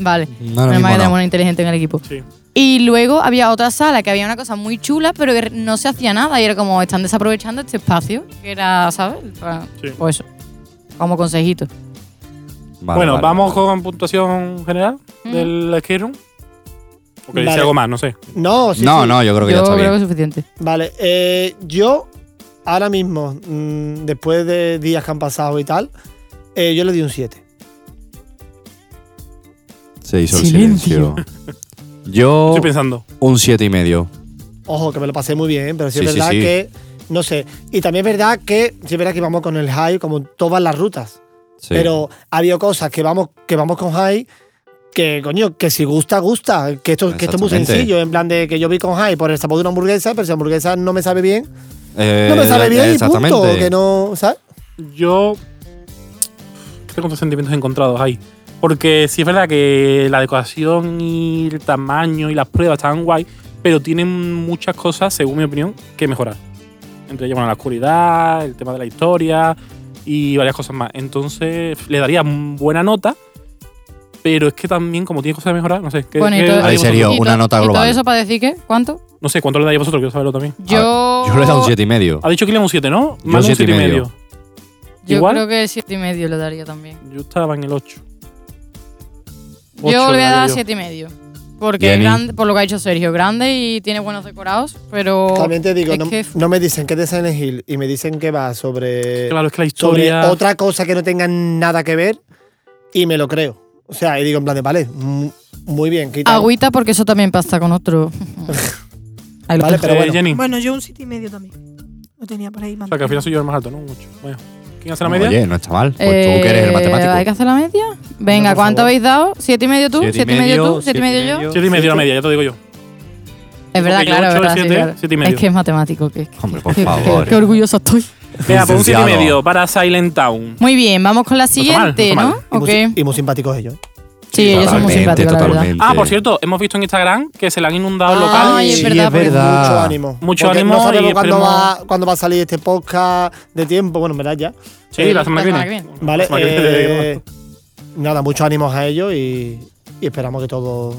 [SPEAKER 3] Vale.
[SPEAKER 1] No, ahora
[SPEAKER 3] Menos mal que
[SPEAKER 1] mismo
[SPEAKER 3] tenemos
[SPEAKER 1] no.
[SPEAKER 3] una inteligente en el equipo.
[SPEAKER 2] Sí.
[SPEAKER 3] Y luego había otra sala que había una cosa muy chula, pero que no se hacía nada. Y era como, están desaprovechando este espacio, que era, ¿sabes? Para-
[SPEAKER 2] Sí.
[SPEAKER 3] Pues eso. Como consejito.
[SPEAKER 1] Vale,
[SPEAKER 2] bueno,
[SPEAKER 1] vale.
[SPEAKER 2] vamos con puntuación general
[SPEAKER 3] Mm.
[SPEAKER 2] del skate room. O que dice
[SPEAKER 4] Vale.
[SPEAKER 2] algo más, no sé.
[SPEAKER 4] No, sí.
[SPEAKER 1] no,
[SPEAKER 4] sí.
[SPEAKER 1] no, yo creo que ya
[SPEAKER 3] Yo
[SPEAKER 1] está
[SPEAKER 3] creo que es
[SPEAKER 1] bien.
[SPEAKER 3] suficiente.
[SPEAKER 4] Vale, eh, yo ahora mismo, mm, después de días que han pasado y tal, eh, yo le di un 7.
[SPEAKER 1] Se hizo
[SPEAKER 3] Silencio.
[SPEAKER 1] el silencio. Yo
[SPEAKER 4] Oh.
[SPEAKER 2] Estoy pensando.
[SPEAKER 1] un siete y medio.
[SPEAKER 4] Ojo, que me lo pasé muy bien, pero sí,
[SPEAKER 1] Sí,
[SPEAKER 4] es
[SPEAKER 1] sí,
[SPEAKER 4] verdad
[SPEAKER 1] sí.
[SPEAKER 4] que, no sé, y también es verdad que, sí es verdad que íbamos con el high como en todas las rutas,
[SPEAKER 1] Sí.
[SPEAKER 4] pero había cosas que vamos, que vamos con high. Que coño, que si gusta, gusta. Que esto, que esto es muy
[SPEAKER 1] Exactamente.
[SPEAKER 4] sencillo. En plan de que yo vi con high por el sabor de una hamburguesa, pero si la hamburguesa no me sabe bien,
[SPEAKER 1] Eh,
[SPEAKER 4] no me sabe bien y
[SPEAKER 1] exactamente.
[SPEAKER 4] punto. Que no, ¿sabes?
[SPEAKER 2] Yo tengo dos sentimientos encontrados ahí. Porque sí es verdad que la decoración y el tamaño y las pruebas están guay, pero tienen muchas cosas, según mi opinión, que mejorar. Entre ellas, bueno, la oscuridad, el tema de la historia y varias cosas más. Entonces, le daría buena nota, pero es que también, como tiene cosas que mejorar, no sé. ¿qué-
[SPEAKER 3] Bueno, y
[SPEAKER 2] qué
[SPEAKER 3] todo-
[SPEAKER 2] daría
[SPEAKER 1] Ahí sería
[SPEAKER 2] vosotros?
[SPEAKER 3] Y
[SPEAKER 1] una
[SPEAKER 3] to-
[SPEAKER 1] nota
[SPEAKER 3] ¿Y todo
[SPEAKER 1] global.
[SPEAKER 3] eso para decir qué? ¿Cuánto?
[SPEAKER 2] No sé, ¿cuánto le daría vosotros? Quiero saberlo también.
[SPEAKER 3] Yo.
[SPEAKER 1] Yo le he dado un siete y medio.
[SPEAKER 2] Ha dicho que le un 7, ¿no?
[SPEAKER 1] Yo
[SPEAKER 2] Más de un
[SPEAKER 1] siete y
[SPEAKER 2] 7,5.
[SPEAKER 1] medio.
[SPEAKER 3] Yo
[SPEAKER 2] Igual.
[SPEAKER 3] creo que siete y medio le daría también.
[SPEAKER 2] Yo estaba en el 8.
[SPEAKER 3] yo le voy a dar siete y medio. Porque es
[SPEAKER 1] Jenny.
[SPEAKER 3] grande, por lo que ha dicho Sergio, grande y tiene buenos decorados, pero.
[SPEAKER 4] También te digo,
[SPEAKER 3] es
[SPEAKER 4] no,
[SPEAKER 3] que-
[SPEAKER 4] no me dicen que es de Silent Hill y me dicen que va sobre,
[SPEAKER 2] Claro, es que la
[SPEAKER 4] sobre
[SPEAKER 2] historia.
[SPEAKER 4] otra cosa que no tenga nada que ver y me lo creo. O sea, y digo en plan de, vale, mm, muy bien, quita.
[SPEAKER 3] Agüita, porque eso también pasa con otro. Ahí lo
[SPEAKER 4] Vale,
[SPEAKER 3] dejo.
[SPEAKER 4] pero
[SPEAKER 2] Eh,
[SPEAKER 4] bueno.
[SPEAKER 2] Jenny.
[SPEAKER 5] Bueno, yo un sitio y medio también. Lo tenía por ahí.
[SPEAKER 2] O sea, que al final
[SPEAKER 5] mantenido.
[SPEAKER 2] soy yo el más alto, ¿no? Un ocho. Bueno. ¿Quién hace la media?
[SPEAKER 1] Oye, no está mal. Pues tú que eres el
[SPEAKER 3] Eh, ¿Hay que
[SPEAKER 1] matemático.
[SPEAKER 3] hacer la media? Venga,
[SPEAKER 4] por
[SPEAKER 3] ¿cuánto
[SPEAKER 4] favor.
[SPEAKER 3] habéis dado? ¿Siete y medio tú?
[SPEAKER 1] Siete y
[SPEAKER 3] ¿Siete y medio
[SPEAKER 1] medio,
[SPEAKER 3] tú? ¿Siete y
[SPEAKER 1] siete y
[SPEAKER 3] medio yo?
[SPEAKER 1] medio.
[SPEAKER 2] Siete y medio la media, ya te digo yo.
[SPEAKER 3] Es verdad,
[SPEAKER 2] Porque yo
[SPEAKER 3] claro, es
[SPEAKER 2] ocho,
[SPEAKER 3] verdad.
[SPEAKER 2] siete,
[SPEAKER 3] sí, claro.
[SPEAKER 2] siete y medio.
[SPEAKER 3] Es que es matemático. Que,
[SPEAKER 1] Hombre, por
[SPEAKER 3] que- que-
[SPEAKER 1] favor.
[SPEAKER 3] Qué orgullosa estoy.
[SPEAKER 2] Venga, pues un siete y
[SPEAKER 1] Licenciado.
[SPEAKER 2] medio para Silent Town.
[SPEAKER 3] Muy bien, vamos con la
[SPEAKER 2] está mal,
[SPEAKER 3] siguiente,
[SPEAKER 2] no
[SPEAKER 3] ¿no?
[SPEAKER 2] está
[SPEAKER 4] y, muy,
[SPEAKER 3] Ok.
[SPEAKER 4] y muy simpáticos ellos. ¿eh?
[SPEAKER 3] Sí, ellos son muy
[SPEAKER 1] Totalmente,
[SPEAKER 3] simpáticos, la verdad.
[SPEAKER 1] totalmente.
[SPEAKER 2] Ah, por cierto, hemos visto en Instagram que se le han inundado el local.
[SPEAKER 3] Ay, es
[SPEAKER 1] Sí,
[SPEAKER 3] verdad,
[SPEAKER 1] es
[SPEAKER 3] porque-
[SPEAKER 1] verdad.
[SPEAKER 4] Mucho ánimo.
[SPEAKER 2] Mucho
[SPEAKER 4] Porque
[SPEAKER 2] ánimo
[SPEAKER 4] No
[SPEAKER 2] y
[SPEAKER 4] sabemos cuándo
[SPEAKER 2] esperemos-
[SPEAKER 4] va, cuándo va a salir este podcast de tiempo. Bueno, en verdad ya.
[SPEAKER 2] Sí, la semana que
[SPEAKER 3] la
[SPEAKER 2] viene.
[SPEAKER 3] semana
[SPEAKER 4] Vale.
[SPEAKER 2] La semana que viene.
[SPEAKER 4] eh, nada, muchos ánimos a ellos y, y esperamos que todo,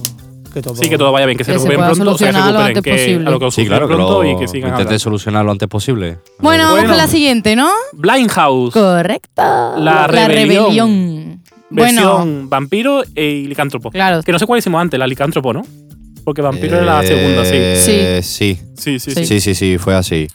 [SPEAKER 4] que todo.
[SPEAKER 2] Sí, que todo vaya bien, que se
[SPEAKER 3] Que se
[SPEAKER 2] recuperen
[SPEAKER 3] pueda
[SPEAKER 2] pronto. O sea, que se
[SPEAKER 3] solucionar lo
[SPEAKER 2] recuperen,
[SPEAKER 3] antes
[SPEAKER 2] que a lo que os
[SPEAKER 1] Sí, claro, que
[SPEAKER 2] pronto
[SPEAKER 1] lo
[SPEAKER 2] y que sigan
[SPEAKER 1] intenté
[SPEAKER 2] hablando.
[SPEAKER 1] solucionar lo antes posible.
[SPEAKER 3] Bueno, vamos
[SPEAKER 2] Bueno.
[SPEAKER 3] con la siguiente, ¿no?
[SPEAKER 2] Blind House,
[SPEAKER 3] Correcto.
[SPEAKER 2] La rebelión.
[SPEAKER 3] rebelión. Bueno,
[SPEAKER 2] versión vampiro y licántropo.
[SPEAKER 3] claro.
[SPEAKER 2] Que no sé cuál hicimos antes, la licántropo, ¿no? Porque vampiro era la segunda, sí.
[SPEAKER 1] Eh, Sí.
[SPEAKER 2] Sí, sí, sí.
[SPEAKER 3] Sí.
[SPEAKER 1] Sí, sí, sí, fue así.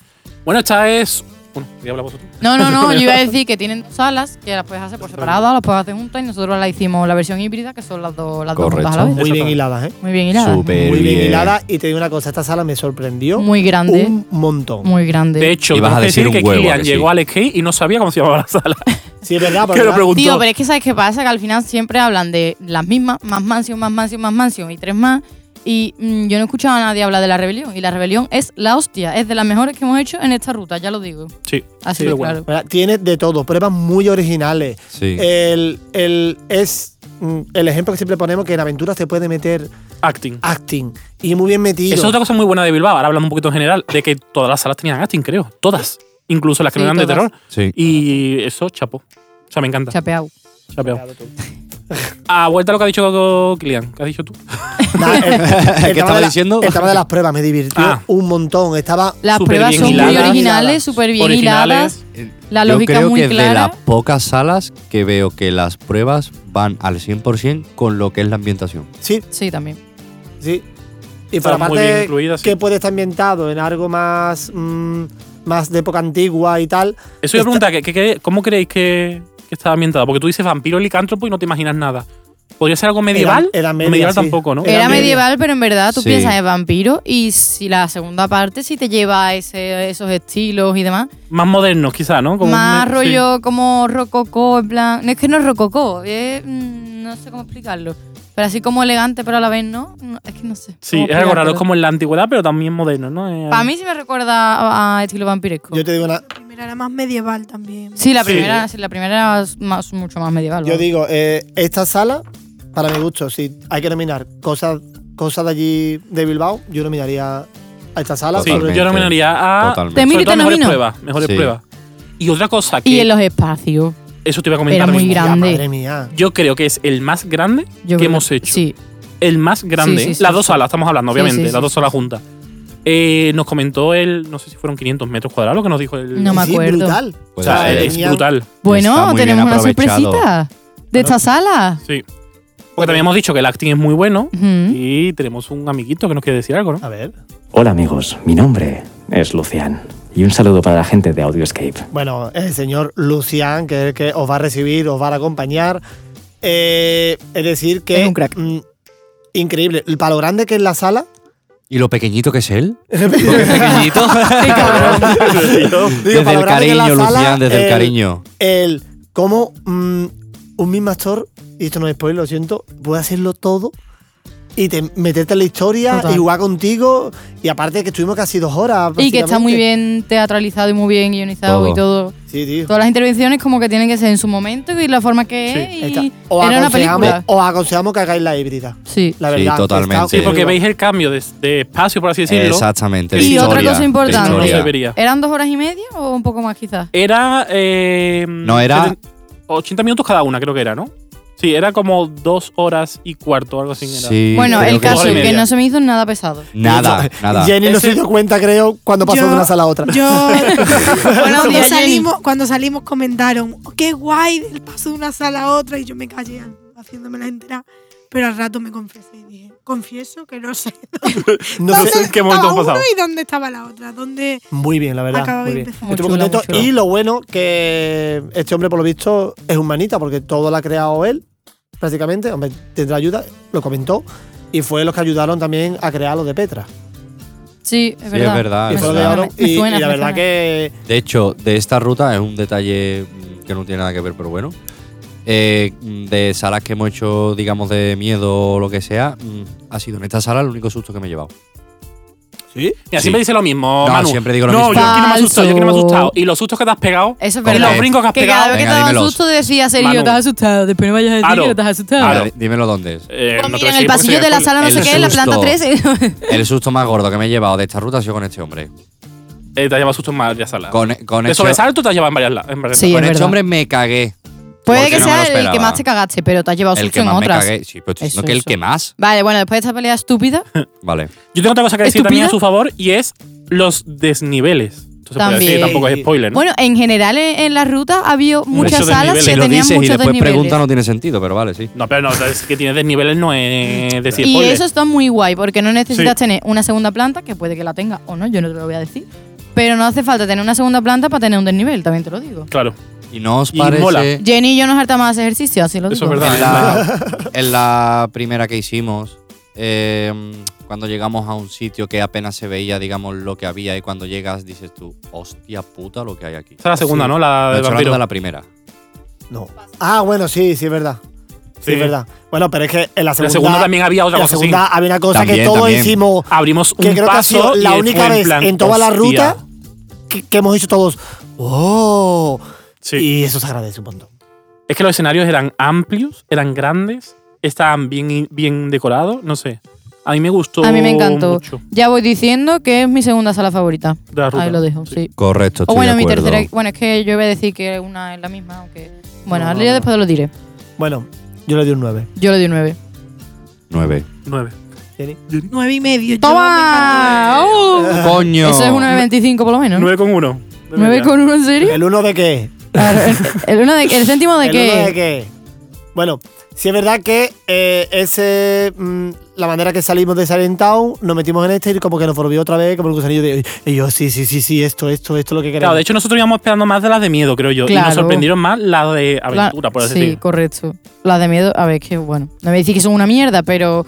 [SPEAKER 2] Bueno, esta es. Bueno, voy a hablar vosotros.
[SPEAKER 3] No, no, no, yo iba a decir que tienen dos salas que las puedes hacer por separado, las puedes hacer juntas y nosotros la hicimos la versión híbrida, que son las dos las dos
[SPEAKER 1] Correcto.
[SPEAKER 3] juntas a la vez.
[SPEAKER 4] Muy bien
[SPEAKER 2] Exactamente.
[SPEAKER 4] hiladas, ¿eh?
[SPEAKER 3] Muy bien hilada.
[SPEAKER 1] Súper.
[SPEAKER 4] Muy bien
[SPEAKER 1] bien.
[SPEAKER 4] hilada. Y te digo una cosa, esta sala me sorprendió
[SPEAKER 3] Muy grande,
[SPEAKER 4] un montón.
[SPEAKER 3] muy grande.
[SPEAKER 2] De hecho,
[SPEAKER 1] Y vas
[SPEAKER 2] tengo
[SPEAKER 1] a
[SPEAKER 2] que
[SPEAKER 1] decir
[SPEAKER 2] decir
[SPEAKER 1] un
[SPEAKER 2] que
[SPEAKER 1] huevo,
[SPEAKER 2] Kilian
[SPEAKER 1] ¿a que sí?
[SPEAKER 2] llegó al skate y no sabía cómo se llamaba la sala.
[SPEAKER 4] Sí, es verdad,
[SPEAKER 2] que
[SPEAKER 4] porque
[SPEAKER 2] lo preguntó.
[SPEAKER 3] Tío, pero es que sabes qué pasa, que al final siempre hablan de las mismas, más mansión, más mansión, más mansión y tres más. Y mm, yo no he escuchado a nadie hablar de la rebelión. Y la rebelión es la hostia, es de las mejores que hemos hecho en esta ruta, ya lo digo.
[SPEAKER 2] Sí.
[SPEAKER 3] Así
[SPEAKER 2] Sí,
[SPEAKER 3] de
[SPEAKER 2] bueno.
[SPEAKER 3] claro.
[SPEAKER 4] ¿verdad? tiene de todo, pruebas muy originales.
[SPEAKER 1] Sí.
[SPEAKER 2] Eh,
[SPEAKER 4] El, el- es mm, el ejemplo que siempre ponemos que en aventura se puede meter
[SPEAKER 2] Acting.
[SPEAKER 4] acting y muy bien metido.
[SPEAKER 2] Eso es otra cosa muy buena de Bilbao, ahora hablando un poquito en general, de que todas las salas tenían acting, creo. Todas. Incluso las que
[SPEAKER 3] Sí,
[SPEAKER 2] no eran de
[SPEAKER 3] todas.
[SPEAKER 2] terror.
[SPEAKER 1] sí.
[SPEAKER 2] Y eso, chapo. O sea, me encanta.
[SPEAKER 3] Chapeau.
[SPEAKER 2] Chapeao. A vuelta a lo que ha dicho Kilian, que has dicho tú.
[SPEAKER 4] Nah, el- el tema de
[SPEAKER 1] estaba
[SPEAKER 4] la-
[SPEAKER 1] diciendo?
[SPEAKER 4] El tema de las pruebas me divirtió
[SPEAKER 2] Ah.
[SPEAKER 4] un montón. Estaba
[SPEAKER 3] Las
[SPEAKER 2] Súper
[SPEAKER 3] pruebas
[SPEAKER 2] bien
[SPEAKER 3] son muy
[SPEAKER 2] hiladas.
[SPEAKER 3] originales, súper bien hiladas.
[SPEAKER 2] Originales.
[SPEAKER 3] La
[SPEAKER 1] Yo
[SPEAKER 3] lógica
[SPEAKER 1] creo
[SPEAKER 3] muy
[SPEAKER 1] que
[SPEAKER 3] clara.
[SPEAKER 1] de las pocas salas que veo que las pruebas van al 100% con lo que es la ambientación.
[SPEAKER 4] Sí,
[SPEAKER 3] Sí, también.
[SPEAKER 4] sí. Y por
[SPEAKER 2] Estaban muy bien
[SPEAKER 4] aparte
[SPEAKER 2] incluidas, sí.
[SPEAKER 4] que puede estar ambientado en algo más mm, más de época antigua y tal.
[SPEAKER 2] Eso yo pregunta, ¿qué, qué, qué- cómo creéis que, que está ambientada? Porque tú dices vampiro licántropo y no te imaginas nada. ¿Podría ser algo medieval?
[SPEAKER 4] Era- era
[SPEAKER 2] No,
[SPEAKER 4] media,
[SPEAKER 2] medieval
[SPEAKER 4] sí.
[SPEAKER 2] tampoco, ¿no?
[SPEAKER 4] Era
[SPEAKER 3] Era
[SPEAKER 4] medio.
[SPEAKER 3] medieval, pero en verdad tú
[SPEAKER 1] Sí.
[SPEAKER 3] piensas en vampiro y si la segunda parte sí te lleva a ese, esos estilos y demás.
[SPEAKER 2] Más modernos, quizá, ¿no? Como
[SPEAKER 3] más
[SPEAKER 2] un- sí.
[SPEAKER 3] rollo como rococó, en plan... No es que no es rococó, es, mm, no sé cómo explicarlo. Pero así como elegante, pero a la vez no. No, Es que no sé.
[SPEAKER 2] Sí,
[SPEAKER 3] cómo
[SPEAKER 2] es algo raro,
[SPEAKER 3] explicártelo.
[SPEAKER 2] es como en la antigüedad, pero también moderno, ¿no? Eh,
[SPEAKER 3] Para mí sí me recuerda a, a estilo vampiresco.
[SPEAKER 4] Yo te digo una,
[SPEAKER 5] La primera era más medieval también.
[SPEAKER 3] Sí, la
[SPEAKER 2] Sí.
[SPEAKER 3] primera, sí, la primera es más, mucho más medieval.
[SPEAKER 4] Yo
[SPEAKER 3] vamos.
[SPEAKER 4] digo, eh, esta sala, para mi gusto, si hay que nominar cosas, cosas de allí de Bilbao, yo nominaría a esta sala.
[SPEAKER 2] Sí,
[SPEAKER 4] sobre-
[SPEAKER 1] Totalmente.
[SPEAKER 2] yo nominaría a.
[SPEAKER 1] Totalmente.
[SPEAKER 3] Ah, Te miro
[SPEAKER 2] sobre
[SPEAKER 3] y
[SPEAKER 2] todo
[SPEAKER 3] te
[SPEAKER 2] mejores
[SPEAKER 3] nomino.
[SPEAKER 2] pruebas. Mejores
[SPEAKER 1] Sí.
[SPEAKER 2] pruebas. Y otra cosa que.
[SPEAKER 3] Y en los espacios.
[SPEAKER 2] Eso te iba a comentar.
[SPEAKER 3] Era muy
[SPEAKER 2] mismo.
[SPEAKER 3] grande.
[SPEAKER 4] madre mía.
[SPEAKER 2] Yo creo que es el más grande que
[SPEAKER 3] Yo creo-
[SPEAKER 2] hemos hecho.
[SPEAKER 3] Sí,
[SPEAKER 2] El más grande.
[SPEAKER 3] Sí, sí, sí,
[SPEAKER 2] las dos
[SPEAKER 3] sí.
[SPEAKER 2] salas, estamos hablando,
[SPEAKER 3] Sí,
[SPEAKER 2] obviamente.
[SPEAKER 3] sí, sí.
[SPEAKER 2] Las dos salas juntas. Eh, nos comentó el, no sé si fueron 500 metros cuadrados, lo que nos dijo el.
[SPEAKER 3] No me
[SPEAKER 4] Sí,
[SPEAKER 3] acuerdo.
[SPEAKER 4] brutal.
[SPEAKER 2] o
[SPEAKER 1] Puede
[SPEAKER 2] sea,
[SPEAKER 1] ser.
[SPEAKER 2] es
[SPEAKER 4] tenía-
[SPEAKER 2] brutal.
[SPEAKER 1] Está
[SPEAKER 3] Bueno,
[SPEAKER 1] muy
[SPEAKER 3] tenemos
[SPEAKER 1] bien
[SPEAKER 3] una
[SPEAKER 1] aprovechado.
[SPEAKER 3] sorpresita de esta sala.
[SPEAKER 2] Sí. Porque también hemos dicho que el acting es muy bueno.
[SPEAKER 3] Ujú.
[SPEAKER 2] Y tenemos un amiguito que nos quiere decir algo, ¿no?
[SPEAKER 4] A ver.
[SPEAKER 6] Hola amigos, mi nombre es Lucian y un saludo para la gente de Audioscape.
[SPEAKER 4] Bueno, el señor Lucian, que es el que os va a recibir, os va a acompañar. Eh, es decir, que.
[SPEAKER 3] Es un crack.
[SPEAKER 4] mm, increíble. Para lo grande que es la sala.
[SPEAKER 1] ¿Y lo pequeñito que es él? pequeñito?
[SPEAKER 4] Digo,
[SPEAKER 1] desde
[SPEAKER 4] para
[SPEAKER 1] el
[SPEAKER 4] lo grande que es la
[SPEAKER 1] cariño,
[SPEAKER 4] sala, eh,
[SPEAKER 1] Lucián, desde el
[SPEAKER 4] el-
[SPEAKER 1] cariño.
[SPEAKER 4] El cómo mm, un mismo actor, y esto no es spoiler, lo siento, puede hacerlo todo y te, meterte en la historia
[SPEAKER 3] Total.
[SPEAKER 4] y jugar contigo. Y aparte que estuvimos casi dos horas.
[SPEAKER 3] Y que está
[SPEAKER 4] prácticamente.
[SPEAKER 3] muy bien teatralizado y muy bien guionizado
[SPEAKER 1] Todo.
[SPEAKER 3] y todo.
[SPEAKER 4] Sí, tío.
[SPEAKER 3] Todas las intervenciones como que tienen que ser en su momento y la forma que
[SPEAKER 2] Sí,
[SPEAKER 3] es.
[SPEAKER 4] Está-
[SPEAKER 3] Y
[SPEAKER 4] Os
[SPEAKER 3] era una
[SPEAKER 4] aconsejamos-
[SPEAKER 3] película.
[SPEAKER 4] Os aconsejamos que hagáis la híbrida.
[SPEAKER 3] Sí.
[SPEAKER 4] La
[SPEAKER 1] Sí,
[SPEAKER 4] verdad. que
[SPEAKER 1] totalmente.
[SPEAKER 4] está
[SPEAKER 2] Sí,
[SPEAKER 1] Sí,
[SPEAKER 2] porque
[SPEAKER 4] muy
[SPEAKER 2] veis el cambio de, de espacio, por así decirlo.
[SPEAKER 1] Exactamente.
[SPEAKER 2] Y
[SPEAKER 1] de
[SPEAKER 3] Y
[SPEAKER 2] historia,
[SPEAKER 3] otra cosa
[SPEAKER 1] de
[SPEAKER 2] No se
[SPEAKER 1] historia.
[SPEAKER 3] importante.
[SPEAKER 2] vería.
[SPEAKER 3] ¿Eran dos horas y media o un poco más quizás?
[SPEAKER 2] Era. eh,
[SPEAKER 1] No, era-
[SPEAKER 2] seten- 80 minutos cada una, creo que era, ¿no? Sí, era como dos horas y cuarto, algo así. era.
[SPEAKER 1] Sí,
[SPEAKER 3] bueno,
[SPEAKER 1] creo
[SPEAKER 3] el
[SPEAKER 1] que
[SPEAKER 3] caso
[SPEAKER 1] sí.
[SPEAKER 3] es
[SPEAKER 2] hora y
[SPEAKER 3] que
[SPEAKER 2] media.
[SPEAKER 3] no se me hizo nada pesado.
[SPEAKER 1] Nada, nada.
[SPEAKER 4] Jenny no
[SPEAKER 2] Ese-
[SPEAKER 4] se dio cuenta, creo, cuando pasó
[SPEAKER 5] Yo-
[SPEAKER 4] de una sala a otra.
[SPEAKER 5] Yo, cuando,
[SPEAKER 3] días, Jenny.
[SPEAKER 5] salimos, cuando salimos comentaron, "Oh, qué guay el paso de una sala a otra y yo me callé haciéndome la entera, pero al rato me confesé y dije, confieso que no sé.
[SPEAKER 4] No
[SPEAKER 5] dónde
[SPEAKER 4] sé.
[SPEAKER 2] en qué momento
[SPEAKER 5] estaba
[SPEAKER 2] ha pasado.
[SPEAKER 5] uno y dónde estaba la otra, dónde
[SPEAKER 4] Muy bien, la verdad.
[SPEAKER 5] acababa
[SPEAKER 4] Muy
[SPEAKER 5] de
[SPEAKER 4] bien.
[SPEAKER 5] empezar.
[SPEAKER 3] Muy
[SPEAKER 4] Estoy muy
[SPEAKER 3] chulo, muy
[SPEAKER 4] contento.
[SPEAKER 3] chulo.
[SPEAKER 4] Y lo bueno que este hombre, por lo visto, es un manita, porque todo lo ha creado él, prácticamente. Hombre, tendrá ayuda, lo comentó. Y fue los que ayudaron también a crear lo de Petra.
[SPEAKER 3] Sí, es verdad.
[SPEAKER 1] es verdad,
[SPEAKER 4] Y,
[SPEAKER 1] Me
[SPEAKER 4] fue lo
[SPEAKER 1] suena,
[SPEAKER 4] que ayudaron.
[SPEAKER 3] Ah, me
[SPEAKER 4] Y-
[SPEAKER 3] suena,
[SPEAKER 4] y la
[SPEAKER 3] me
[SPEAKER 4] verdad
[SPEAKER 3] suena.
[SPEAKER 4] que
[SPEAKER 1] De hecho, de esta ruta es un detalle mm, que no tiene nada que ver, pero bueno. Eh, mm, de salas que hemos hecho, digamos, de miedo o lo que sea, mm, ha sido en esta sala el único susto que me he llevado.
[SPEAKER 2] Mira,
[SPEAKER 1] Sí.
[SPEAKER 2] siempre dice lo mismo,
[SPEAKER 1] No,
[SPEAKER 2] Manu.
[SPEAKER 1] siempre digo lo mismo.
[SPEAKER 2] No, yo aquí no me he asustado, yo aquí no me he
[SPEAKER 3] Falso.
[SPEAKER 2] asustado. Y los sustos que te has pegado.
[SPEAKER 3] Eso es
[SPEAKER 1] Con
[SPEAKER 2] Y
[SPEAKER 3] verdad.
[SPEAKER 2] los brincos que has
[SPEAKER 3] Que cada
[SPEAKER 2] pegado.
[SPEAKER 3] vez que
[SPEAKER 1] Venga,
[SPEAKER 3] te daban
[SPEAKER 1] dímelos.
[SPEAKER 3] susto decías, Sergio,
[SPEAKER 2] Manu.
[SPEAKER 3] estás asustado. Después no vayas a decir
[SPEAKER 2] Aro.
[SPEAKER 3] que no estás asustado.
[SPEAKER 2] Aro.
[SPEAKER 1] Ahora, dímelo dónde es.
[SPEAKER 2] Eh,
[SPEAKER 3] Pues
[SPEAKER 2] no te
[SPEAKER 3] mira,
[SPEAKER 2] voy a
[SPEAKER 3] en el
[SPEAKER 2] decir,
[SPEAKER 3] pasillo
[SPEAKER 2] porque
[SPEAKER 3] de la
[SPEAKER 2] soy
[SPEAKER 3] sala no
[SPEAKER 1] el
[SPEAKER 3] sé qué, en la planta
[SPEAKER 1] susto.
[SPEAKER 3] 3.
[SPEAKER 1] El susto más gordo que me he llevado de esta ruta ha sido con este hombre.
[SPEAKER 2] spoiler. Eh, te has llevado sustos en varias salas.
[SPEAKER 1] Con, con,
[SPEAKER 2] de
[SPEAKER 1] este,
[SPEAKER 2] sobresalto te has llevado en varias, la- en varias
[SPEAKER 3] Sí,
[SPEAKER 2] salas.
[SPEAKER 1] con
[SPEAKER 3] es
[SPEAKER 1] este
[SPEAKER 3] verdad.
[SPEAKER 1] hombre me cagué.
[SPEAKER 3] Puede
[SPEAKER 1] Porque
[SPEAKER 3] que
[SPEAKER 1] no me lo
[SPEAKER 3] sea el que
[SPEAKER 1] esperaba.
[SPEAKER 3] más te cagaste, pero te has llevado
[SPEAKER 1] El
[SPEAKER 3] susto
[SPEAKER 1] que
[SPEAKER 3] en
[SPEAKER 1] más me
[SPEAKER 3] otras.
[SPEAKER 1] cagué. Sí, pero estoy
[SPEAKER 3] Eso,
[SPEAKER 1] diciendo que el
[SPEAKER 3] eso.
[SPEAKER 1] que más.
[SPEAKER 3] Vale, bueno, después de esta pelea estúpida,
[SPEAKER 1] Vale.
[SPEAKER 2] Yo tengo otra cosa que decir
[SPEAKER 3] ¿Estúpida?
[SPEAKER 2] también a su favor y es los desniveles. Entonces, puede decir,
[SPEAKER 3] También.
[SPEAKER 2] tampoco es spoiler. ¿no?
[SPEAKER 3] Bueno, en general en, en la ruta había muchas
[SPEAKER 2] Muchos
[SPEAKER 3] salas
[SPEAKER 2] desniveles.
[SPEAKER 3] que
[SPEAKER 1] Si lo
[SPEAKER 3] tenían
[SPEAKER 1] dices y
[SPEAKER 3] muchos
[SPEAKER 1] después
[SPEAKER 3] desniveles.
[SPEAKER 1] pregunta no tiene sentido, pero vale, sí.
[SPEAKER 2] No, pero no, es que tienes desniveles no es decir
[SPEAKER 3] y
[SPEAKER 2] spoiler.
[SPEAKER 3] eso está muy guay, porque no necesitas
[SPEAKER 2] Sí.
[SPEAKER 3] tener una segunda planta, que puede que la tenga o no, yo no te lo voy a decir. Pero no hace falta tener una segunda planta para tener un desnivel, también te lo digo.
[SPEAKER 2] Claro.
[SPEAKER 1] Y no os
[SPEAKER 2] Y
[SPEAKER 1] parece.
[SPEAKER 2] mola.
[SPEAKER 3] Jenny y yo nos hartamos más ejercicio, así lo
[SPEAKER 2] Eso
[SPEAKER 3] digo.
[SPEAKER 2] es verdad. ¿eh?
[SPEAKER 1] en la, en la primera que hicimos, eh, cuando llegamos a un sitio que apenas se veía, digamos, lo que había, y cuando llegas dices tú, hostia puta lo que hay aquí.
[SPEAKER 2] Esa es la segunda,
[SPEAKER 1] Sí.
[SPEAKER 2] ¿no? La
[SPEAKER 1] No,
[SPEAKER 2] del
[SPEAKER 1] estoy hablando
[SPEAKER 2] vampiro.
[SPEAKER 1] de la primera.
[SPEAKER 4] no. Ah, bueno, sí, sí, es verdad. Sí,
[SPEAKER 2] Sí.
[SPEAKER 4] es verdad. Bueno, pero es que en la
[SPEAKER 2] En la
[SPEAKER 4] segunda.
[SPEAKER 2] segunda también había otra
[SPEAKER 4] la
[SPEAKER 2] cosa así.
[SPEAKER 4] segunda había una cosa que
[SPEAKER 1] También,
[SPEAKER 4] todos
[SPEAKER 1] también.
[SPEAKER 4] hicimos.
[SPEAKER 2] Abrimos un
[SPEAKER 4] que creo que ha
[SPEAKER 2] paso
[SPEAKER 4] sido la
[SPEAKER 2] y fue
[SPEAKER 4] única
[SPEAKER 2] en
[SPEAKER 4] vez
[SPEAKER 2] plan,
[SPEAKER 4] en toda la
[SPEAKER 2] hostia.
[SPEAKER 4] ruta que, que hemos hecho todos. ¡Oh!
[SPEAKER 2] Sí.
[SPEAKER 4] Y eso se agradece un montón.
[SPEAKER 2] Es que los escenarios eran amplios, eran grandes, estaban bien, bien decorados, no sé. A mí me gustó.
[SPEAKER 3] A mí me encantó.
[SPEAKER 2] mucho
[SPEAKER 3] Ya voy diciendo que es mi segunda sala favorita.
[SPEAKER 2] de la ruta.
[SPEAKER 3] Ahí lo dejo, sí.
[SPEAKER 1] Correcto,
[SPEAKER 3] O bueno, mi tercera. Bueno, es que yo iba a decir que una es la misma, aunque. Bueno,
[SPEAKER 4] No,
[SPEAKER 3] ahora
[SPEAKER 4] no,
[SPEAKER 3] yo
[SPEAKER 4] no.
[SPEAKER 3] después lo diré.
[SPEAKER 4] Bueno, yo le di un 9.
[SPEAKER 3] Yo le doy nueve.
[SPEAKER 1] 9.
[SPEAKER 2] Nueve.
[SPEAKER 4] Jenny.
[SPEAKER 5] Nueve y medio. yo
[SPEAKER 3] ¡Toma! ¡Uh!
[SPEAKER 1] ¡Coño!
[SPEAKER 3] Eso es una de 25 por lo menos.
[SPEAKER 2] Nueve con uno.
[SPEAKER 3] ¿Nueve con uno en serio?
[SPEAKER 4] ¿El 1 de qué?
[SPEAKER 3] Claro, el, el uno de- el céntimo de
[SPEAKER 4] ¿El uno de
[SPEAKER 3] que
[SPEAKER 4] qué? Bueno, sí es verdad que eh, ese. mm, la manera que salimos de Silent Town, nos metimos en este y como que nos volvió otra vez, como el gusanillo de. Y yo, sí, sí, sí, sí, esto, esto, esto es lo que queremos.
[SPEAKER 2] Claro, de hecho nosotros íbamos esperando más de las de miedo, creo yo. Y
[SPEAKER 3] Claro.
[SPEAKER 2] nos sorprendieron más las de
[SPEAKER 3] La-
[SPEAKER 2] aventura, por así
[SPEAKER 3] sí,
[SPEAKER 2] decirlo.
[SPEAKER 3] correcto. Las de miedo, a ver, que bueno, no me decís que son una mierda, pero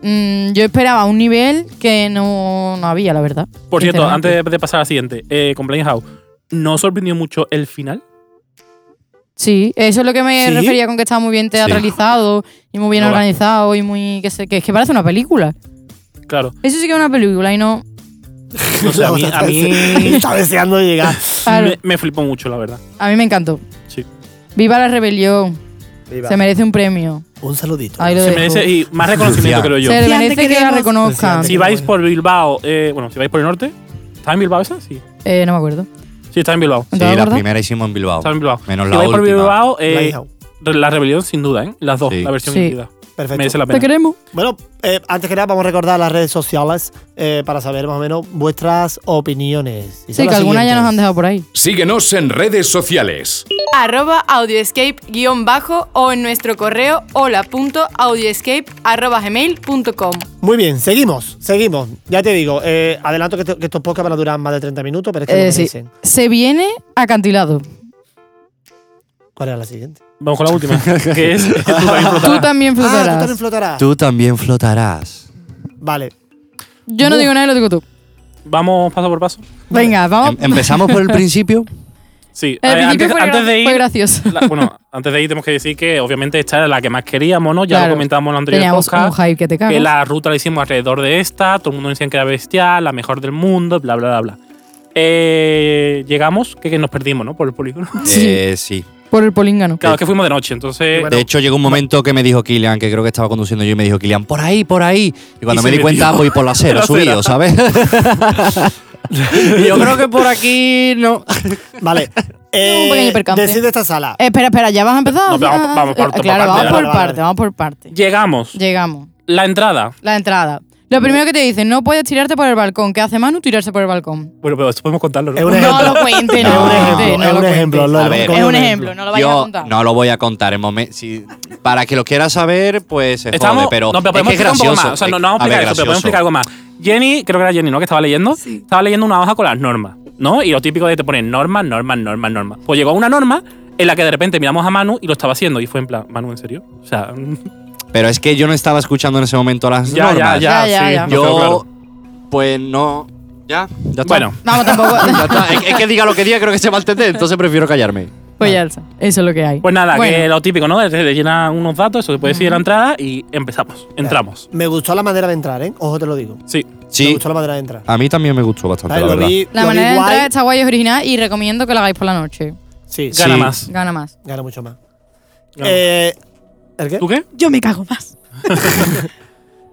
[SPEAKER 3] mm, yo esperaba un nivel que no, no había, la verdad.
[SPEAKER 2] Por cierto,
[SPEAKER 3] sinceramente.
[SPEAKER 2] antes de pasar a la siguiente, eh, Complain House, ¿no sorprendió mucho el final?
[SPEAKER 3] Sí, eso es lo que me
[SPEAKER 4] ¿Sí?
[SPEAKER 3] refería con que estaba muy bien teatralizado y muy bien
[SPEAKER 2] Hola.
[SPEAKER 3] organizado y muy. Que, sé, que es que parece una película.
[SPEAKER 2] Claro.
[SPEAKER 3] Eso sí que es una película y no.
[SPEAKER 2] No sé, a mí, a mí
[SPEAKER 4] Está deseando llegar.
[SPEAKER 3] Claro,
[SPEAKER 2] me, me flipó mucho, la verdad.
[SPEAKER 3] a mí me encantó.
[SPEAKER 2] Sí.
[SPEAKER 3] Viva la rebelión.
[SPEAKER 4] Viva.
[SPEAKER 3] Se merece un premio.
[SPEAKER 4] Un saludito.
[SPEAKER 3] Ahí lo
[SPEAKER 2] Se
[SPEAKER 3] dejo.
[SPEAKER 2] merece y más reconocimiento,
[SPEAKER 1] Ya.
[SPEAKER 2] creo yo.
[SPEAKER 3] Se
[SPEAKER 5] Lucián, te
[SPEAKER 3] merece que la
[SPEAKER 5] queremos.
[SPEAKER 3] reconozcan.
[SPEAKER 4] Lucián,
[SPEAKER 2] Si vais por Bilbao, eh, bueno, si vais por el norte, ¿está en Bilbao esa? Sí.
[SPEAKER 3] Eh, no me acuerdo.
[SPEAKER 2] Sí, Sí, está en Bilbao.
[SPEAKER 1] Sí,
[SPEAKER 3] ¿Entrada
[SPEAKER 1] la
[SPEAKER 3] gorda?
[SPEAKER 1] primera hicimos en Bilbao.
[SPEAKER 2] Está en Bilbao.
[SPEAKER 1] Menos
[SPEAKER 2] si
[SPEAKER 1] la
[SPEAKER 2] vais
[SPEAKER 1] última.
[SPEAKER 2] por Bilbao, eh,
[SPEAKER 4] Lighthouse.
[SPEAKER 2] la rebelión sin duda, ¿eh? Las dos,
[SPEAKER 1] Sí.
[SPEAKER 2] la versión
[SPEAKER 3] Sí.
[SPEAKER 2] híbrida.
[SPEAKER 4] Perfecto.
[SPEAKER 2] Merece la
[SPEAKER 3] Te
[SPEAKER 2] pena.
[SPEAKER 3] queremos.
[SPEAKER 4] Bueno, eh, antes que nada vamos a recordar las redes sociales eh, para saber más o menos vuestras opiniones. Y son
[SPEAKER 3] Sí, que
[SPEAKER 4] las
[SPEAKER 3] algunas ya
[SPEAKER 4] siguientes.
[SPEAKER 3] nos han dejado por ahí.
[SPEAKER 7] Síguenos en redes sociales.
[SPEAKER 8] arroba audioescape-bajo o en nuestro correo hola.audioescape.gmail.com
[SPEAKER 4] Muy bien, seguimos, seguimos. Ya te digo, eh, adelanto que, esto- que estos podcasts van a durar más de 30 minutos, pero es que
[SPEAKER 3] Eh,
[SPEAKER 4] lo
[SPEAKER 3] sí.
[SPEAKER 4] merecen.
[SPEAKER 3] Se viene acantilado.
[SPEAKER 4] ¿Cuál era la siguiente?
[SPEAKER 2] Vamos con la última, que es Tú también
[SPEAKER 3] Ah, Tú
[SPEAKER 2] flotarás.
[SPEAKER 3] también
[SPEAKER 4] Ah, tú también
[SPEAKER 3] flotarás.
[SPEAKER 4] flotarás.
[SPEAKER 1] Tú también flotarás.
[SPEAKER 4] Vale.
[SPEAKER 3] Yo no digo nada, lo digo tú.
[SPEAKER 2] Vamos paso por paso.
[SPEAKER 3] Venga, vamos.
[SPEAKER 1] Em- empezamos por el principio.
[SPEAKER 2] Sí,
[SPEAKER 3] El
[SPEAKER 2] eh,
[SPEAKER 3] principio
[SPEAKER 2] antes,
[SPEAKER 3] fue,
[SPEAKER 2] antes
[SPEAKER 3] gra-
[SPEAKER 2] de
[SPEAKER 3] fue
[SPEAKER 2] ir.
[SPEAKER 3] gracioso.
[SPEAKER 2] la- bueno, antes de ir tenemos que decir que obviamente esta era la que más queríamos, ¿no? Ya
[SPEAKER 3] Claro.
[SPEAKER 2] lo comentamos en el anterior
[SPEAKER 3] Teníamos un
[SPEAKER 2] podcast.
[SPEAKER 3] hype que te
[SPEAKER 2] que
[SPEAKER 3] cagas.
[SPEAKER 2] la ruta la hicimos alrededor de esta, todo el mundo decía que era bestial, la mejor del mundo, bla, bla, bla, bla. Eh, llegamos, que, que nos perdimos, ¿no? Por el polígono.
[SPEAKER 3] Sí.
[SPEAKER 1] Eh, sí.
[SPEAKER 3] Por el políngano.
[SPEAKER 2] Claro, es que fuimos de noche, entonces...
[SPEAKER 1] De hecho, llegó un momento que me dijo Kilian, que creo que estaba conduciendo yo, y me dijo Kilian, por ahí, por ahí. Y cuando
[SPEAKER 2] Y
[SPEAKER 1] me
[SPEAKER 2] se
[SPEAKER 1] di cuenta,
[SPEAKER 2] metió.
[SPEAKER 1] voy por la cero,
[SPEAKER 2] La cera.
[SPEAKER 1] subido, ¿sabes? Y yo creo que por aquí no. Pues
[SPEAKER 4] Vale.
[SPEAKER 3] Un pequeño percance.
[SPEAKER 4] Decide esta sala.
[SPEAKER 3] Eh, espera, espera, ya vas a empezar.
[SPEAKER 2] No, pero vamos-
[SPEAKER 3] Ah,
[SPEAKER 2] vamos por- por
[SPEAKER 3] Claro,
[SPEAKER 2] parte,
[SPEAKER 3] vamos
[SPEAKER 4] vale,
[SPEAKER 3] por
[SPEAKER 4] vale,
[SPEAKER 3] parte,
[SPEAKER 4] vale.
[SPEAKER 3] vamos por parte.
[SPEAKER 2] Llegamos.
[SPEAKER 3] Llegamos.
[SPEAKER 2] La entrada.
[SPEAKER 3] La entrada.
[SPEAKER 4] Mm.
[SPEAKER 3] Lo primero que te dicen, no puedes tirarte por el balcón. ¿Qué hace Manu? Tirarse por el balcón.
[SPEAKER 2] Bueno, pero esto podemos contarlo, ¿no?
[SPEAKER 4] Es un
[SPEAKER 3] No
[SPEAKER 4] ejemplo.
[SPEAKER 3] lo cuentes,
[SPEAKER 4] Es
[SPEAKER 3] no.
[SPEAKER 4] un
[SPEAKER 3] lo
[SPEAKER 4] ejemplo,
[SPEAKER 3] cuentes, no
[SPEAKER 4] es
[SPEAKER 3] lo
[SPEAKER 4] un
[SPEAKER 3] cuentes.
[SPEAKER 4] ejemplo. lo-
[SPEAKER 1] A ver.
[SPEAKER 4] como
[SPEAKER 3] Es un ejemplo, no lo vayas a
[SPEAKER 1] Yo
[SPEAKER 3] contar.
[SPEAKER 1] no lo voy a contar. En momen- si, para que lo quiera saber, pues se
[SPEAKER 2] Estamos,
[SPEAKER 1] jode, pero,
[SPEAKER 2] no, pero
[SPEAKER 1] es que
[SPEAKER 2] podemos
[SPEAKER 1] es
[SPEAKER 2] explicar un poco
[SPEAKER 1] gracioso.
[SPEAKER 2] más. O sea, no, no vamos a
[SPEAKER 1] ver,
[SPEAKER 2] explicar eso, pero podemos
[SPEAKER 1] gracioso.
[SPEAKER 2] explicar algo más. Jenny, creo que era Jenny, ¿no? Que estaba leyendo.
[SPEAKER 5] Sí.
[SPEAKER 2] Estaba leyendo una hoja con las normas, ¿no? Y lo típico de te ponen normas, normas, normas, normas. Pues llegó una norma en la que de repente miramos a Manu y lo estaba haciendo. Y fue en plan, Manu, ¿en serio? O sea,
[SPEAKER 1] Pero es que yo no estaba escuchando en ese momento las
[SPEAKER 2] ya, ya,
[SPEAKER 1] normas.
[SPEAKER 2] ya,
[SPEAKER 3] Ya, ya,
[SPEAKER 2] sí,
[SPEAKER 3] ya.
[SPEAKER 2] Ah, no
[SPEAKER 1] Yo,
[SPEAKER 2] quedó claro.
[SPEAKER 1] pues no. Ya, ya está.
[SPEAKER 2] Bueno,
[SPEAKER 3] Vamos,
[SPEAKER 1] Ya
[SPEAKER 3] tampoco.
[SPEAKER 1] está. Es, es que diga lo que diga, creo que se va a entender, entonces prefiero callarme.
[SPEAKER 3] pues ya está. Eso es lo que hay.
[SPEAKER 2] Pues nada,
[SPEAKER 3] Bueno,
[SPEAKER 2] que lo típico, ¿no? Es- Le llenan unos datos, eso se puede decir en la entrada y empezamos. Entramos.
[SPEAKER 4] Me gustó la manera de entrar, ¿eh? Ojo, te lo digo.
[SPEAKER 2] Sí.
[SPEAKER 4] Me
[SPEAKER 1] Sí,
[SPEAKER 4] gustó la manera de entrar.
[SPEAKER 1] a mí también me gustó bastante,
[SPEAKER 4] ¿Sabes?
[SPEAKER 1] la
[SPEAKER 4] Lo
[SPEAKER 1] verdad.
[SPEAKER 4] vi,
[SPEAKER 3] La
[SPEAKER 4] lo vi
[SPEAKER 3] manera de
[SPEAKER 4] guay.
[SPEAKER 3] entrar está guay, es original y recomiendo que lo hagáis por la noche.
[SPEAKER 4] Sí,
[SPEAKER 2] Gana
[SPEAKER 1] Sí.
[SPEAKER 2] más.
[SPEAKER 3] Gana más.
[SPEAKER 4] gana mucho más.
[SPEAKER 2] Gana
[SPEAKER 4] Eh, ¿El qué?
[SPEAKER 2] ¿Tú qué?
[SPEAKER 5] Yo me cago más.